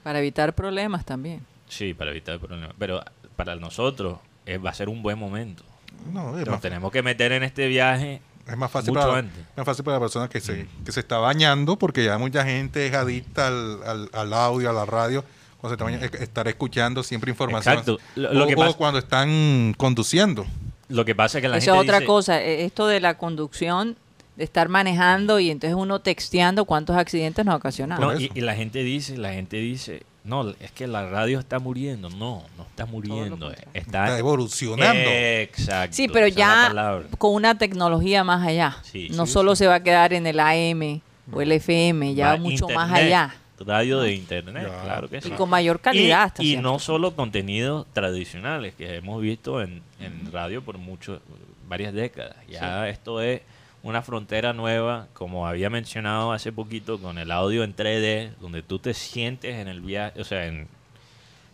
Speaker 3: Para evitar problemas también.
Speaker 4: sí, para evitar problemas. Pero para nosotros eh, va a ser un buen momento.
Speaker 6: No, es,
Speaker 4: Nos
Speaker 6: más,
Speaker 4: tenemos que meter en este viaje.
Speaker 6: es más fácil
Speaker 4: mucho
Speaker 6: para,
Speaker 4: antes.
Speaker 6: más fácil para la persona que se, que se está bañando, porque ya mucha gente es adicta al, al- al audio, a la radio. Cuando se está bañando, e- estar escuchando siempre información.
Speaker 4: Mm. Exacto. Lo- lo
Speaker 6: o,
Speaker 4: que
Speaker 6: o
Speaker 4: pasa-
Speaker 6: cuando están conduciendo.
Speaker 4: Lo que pasa es que la
Speaker 3: Eso es
Speaker 4: gente
Speaker 3: otra
Speaker 4: dice,
Speaker 3: cosa, eh, esto de la conducción, de estar manejando y entonces uno texteando cuántos accidentes nos ha ocasionado.
Speaker 4: No,
Speaker 6: Por
Speaker 4: y,
Speaker 6: eso.
Speaker 4: y la gente dice, la gente dice, no, es que la radio está muriendo. No, no está muriendo. eh,
Speaker 6: Está
Speaker 4: Está
Speaker 6: evolucionando.
Speaker 4: eh, Exacto.
Speaker 3: Sí, pero
Speaker 4: esa es la
Speaker 3: ya
Speaker 4: palabra.
Speaker 3: con una tecnología más allá.
Speaker 4: Sí,
Speaker 3: no
Speaker 4: sí, Mm.
Speaker 3: solo se va a quedar en el AM o el FM, ya
Speaker 4: Va
Speaker 3: mucho más
Speaker 4: internet,
Speaker 3: allá.
Speaker 4: Radio de internet,
Speaker 6: Ah, Ya.
Speaker 4: claro que
Speaker 3: Y
Speaker 4: sí.
Speaker 3: con mayor calidad. hasta
Speaker 4: Y, y
Speaker 3: cierto
Speaker 4: no solo contenidos tradicionales que hemos visto en, en radio por mucho, varias décadas. Ya esto es una frontera nueva, como había mencionado hace poquito, con el audio en 3D, donde tú te sientes en el viaje, o sea, en-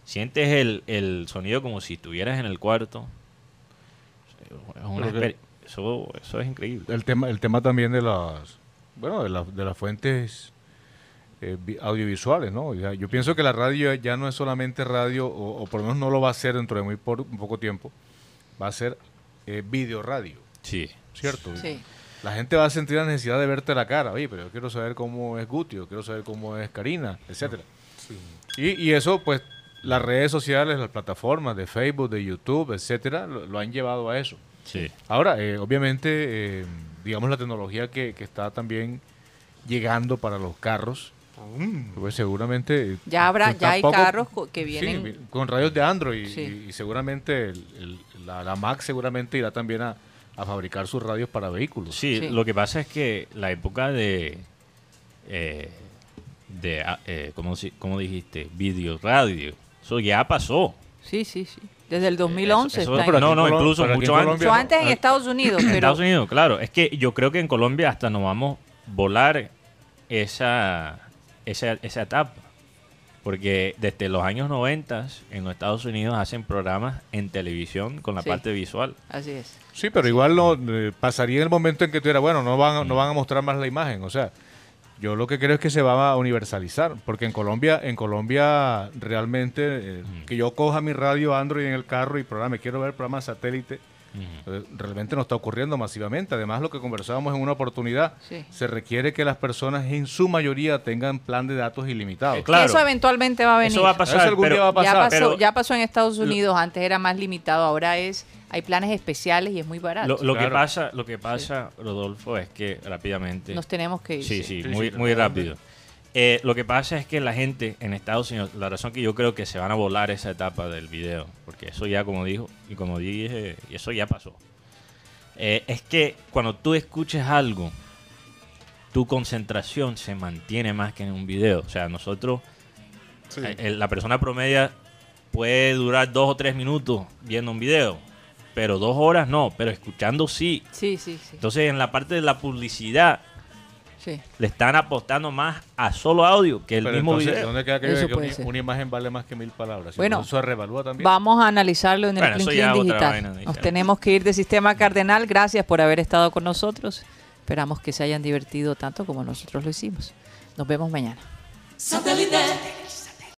Speaker 4: sientes el, el sonido como si estuvieras en el cuarto. Es una
Speaker 1: Pero que-
Speaker 4: exper- eso, eso es increíble.
Speaker 1: el tema el tema también de las bueno de, la- de las fuentes eh, vi- audiovisuales no Ya- yo pienso que la radio ya no es solamente radio o, o por lo menos no lo va a ser dentro de muy por- poco tiempo va a ser eh, video radio
Speaker 4: Sí.
Speaker 1: cierto
Speaker 3: Sí.
Speaker 1: la gente va a sentir la necesidad de verte la cara oye pero yo quiero saber cómo es Guti yo quiero saber cómo es Karina etcétera y, y eso pues las redes sociales las plataformas de Facebook de YouTube etcétera lo- lo han llevado a eso
Speaker 4: sí.
Speaker 1: Ahora, eh, obviamente, eh, digamos la tecnología que, que está también llegando para los carros,
Speaker 6: Mm.
Speaker 1: pues seguramente... eh,
Speaker 3: Ya habrá,
Speaker 1: está
Speaker 3: ya hay
Speaker 1: poco-
Speaker 3: carros co- que
Speaker 1: sí,
Speaker 3: vienen.
Speaker 1: vi- con radios de Android y-
Speaker 3: Sí.
Speaker 1: y, seguramente el- el- la, la Mac seguramente irá también a, a fabricar sus radios para vehículos.
Speaker 4: Sí,
Speaker 3: Sí.
Speaker 4: lo que pasa es que la época de. eh, de ah, eh, ¿cómo, si- cómo dijiste? Video radio. Eso ya pasó.
Speaker 3: Sí, sí, sí. Desde el 2011.
Speaker 4: Eso-
Speaker 3: está
Speaker 4: eso-
Speaker 3: en-
Speaker 4: no, no,
Speaker 1: Colo-
Speaker 4: incluso
Speaker 1: pero aquí
Speaker 4: mucho
Speaker 1: en
Speaker 4: antes.
Speaker 1: Colombia
Speaker 3: Mucho antes en
Speaker 4: Ah,
Speaker 3: Estados Unidos,
Speaker 4: en
Speaker 3: pero
Speaker 4: Estados Unidos, claro. Es que yo creo que en Colombia hasta nos vamos a volar esa, esa, esa etapa. Porque desde los años 90 en los Estados Unidos hacen programas en televisión con la
Speaker 3: Sí.
Speaker 4: parte visual.
Speaker 3: así es.
Speaker 1: Sí, pero igual no, eh, pasaría el momento en que tú dijeras, bueno, no van, a- no van a mostrar más la imagen. O sea, yo lo que creo es que se va a universalizar, porque en Colombia, en Colombia realmente, eh, que yo coja mi radio Android en el carro y programa, quiero ver programa satélite, eh, realmente no está ocurriendo masivamente. Además, lo que conversábamos en una oportunidad,
Speaker 3: Sí.
Speaker 1: se requiere que las personas en su mayoría tengan plan de datos ilimitado.
Speaker 4: Eh, Claro.
Speaker 3: Eso eventualmente va a venir.
Speaker 4: Eso va a pasar.
Speaker 1: Eso algún
Speaker 4: pero-
Speaker 1: día va a
Speaker 3: ya,
Speaker 1: pasar,
Speaker 3: pasó,
Speaker 4: pero-
Speaker 3: ya pasó en Estados Unidos, antes era más limitado, ahora es hay planes especiales y es muy barato.
Speaker 4: Lo, lo que
Speaker 1: Claro.
Speaker 4: pasa, lo que pasa, Rodolfo, es que rápidamente.
Speaker 3: Nos tenemos que ir.
Speaker 4: Sí, sí,
Speaker 1: Sí,
Speaker 4: muy,
Speaker 1: sí,
Speaker 4: muy
Speaker 1: totalmente.
Speaker 4: rápido. Eh, lo que pasa es que la gente en Estados Unidos, la razón que yo creo que se van a volar esa etapa del video, porque eso ya, como dijo, y como dije, y eso ya pasó. Eh, es que cuando tú escuches algo, tu concentración se mantiene más que en un video. O sea, nosotros,
Speaker 6: Sí.
Speaker 4: eh, eh, la persona promedia puede durar dos o tres minutos viendo un video, pero dos horas no, pero escuchando sí.
Speaker 3: Sí, sí, sí.
Speaker 4: Entonces, en la parte de la publicidad,
Speaker 3: sí.
Speaker 4: le están apostando más a solo audio que el
Speaker 1: Pero
Speaker 4: mismo
Speaker 1: entonces,
Speaker 4: video.
Speaker 1: ¿dónde queda aquello de
Speaker 3: Eso
Speaker 1: que
Speaker 3: puede
Speaker 1: una,
Speaker 3: ser.
Speaker 1: una imagen vale más que mil palabras?
Speaker 3: Bueno,
Speaker 1: Entonces, eso se revalúa también.
Speaker 3: Vamos a analizarlo en el
Speaker 4: Bueno, eso
Speaker 3: Clean
Speaker 4: ya
Speaker 3: Clean
Speaker 4: es otra
Speaker 3: digital.
Speaker 4: vaina
Speaker 3: Nos
Speaker 4: digital.
Speaker 3: tenemos que ir de Sistema Cardenal. Gracias por haber estado con nosotros. Esperamos que se hayan divertido tanto como nosotros lo hicimos. Nos vemos mañana.
Speaker 7: Satellite.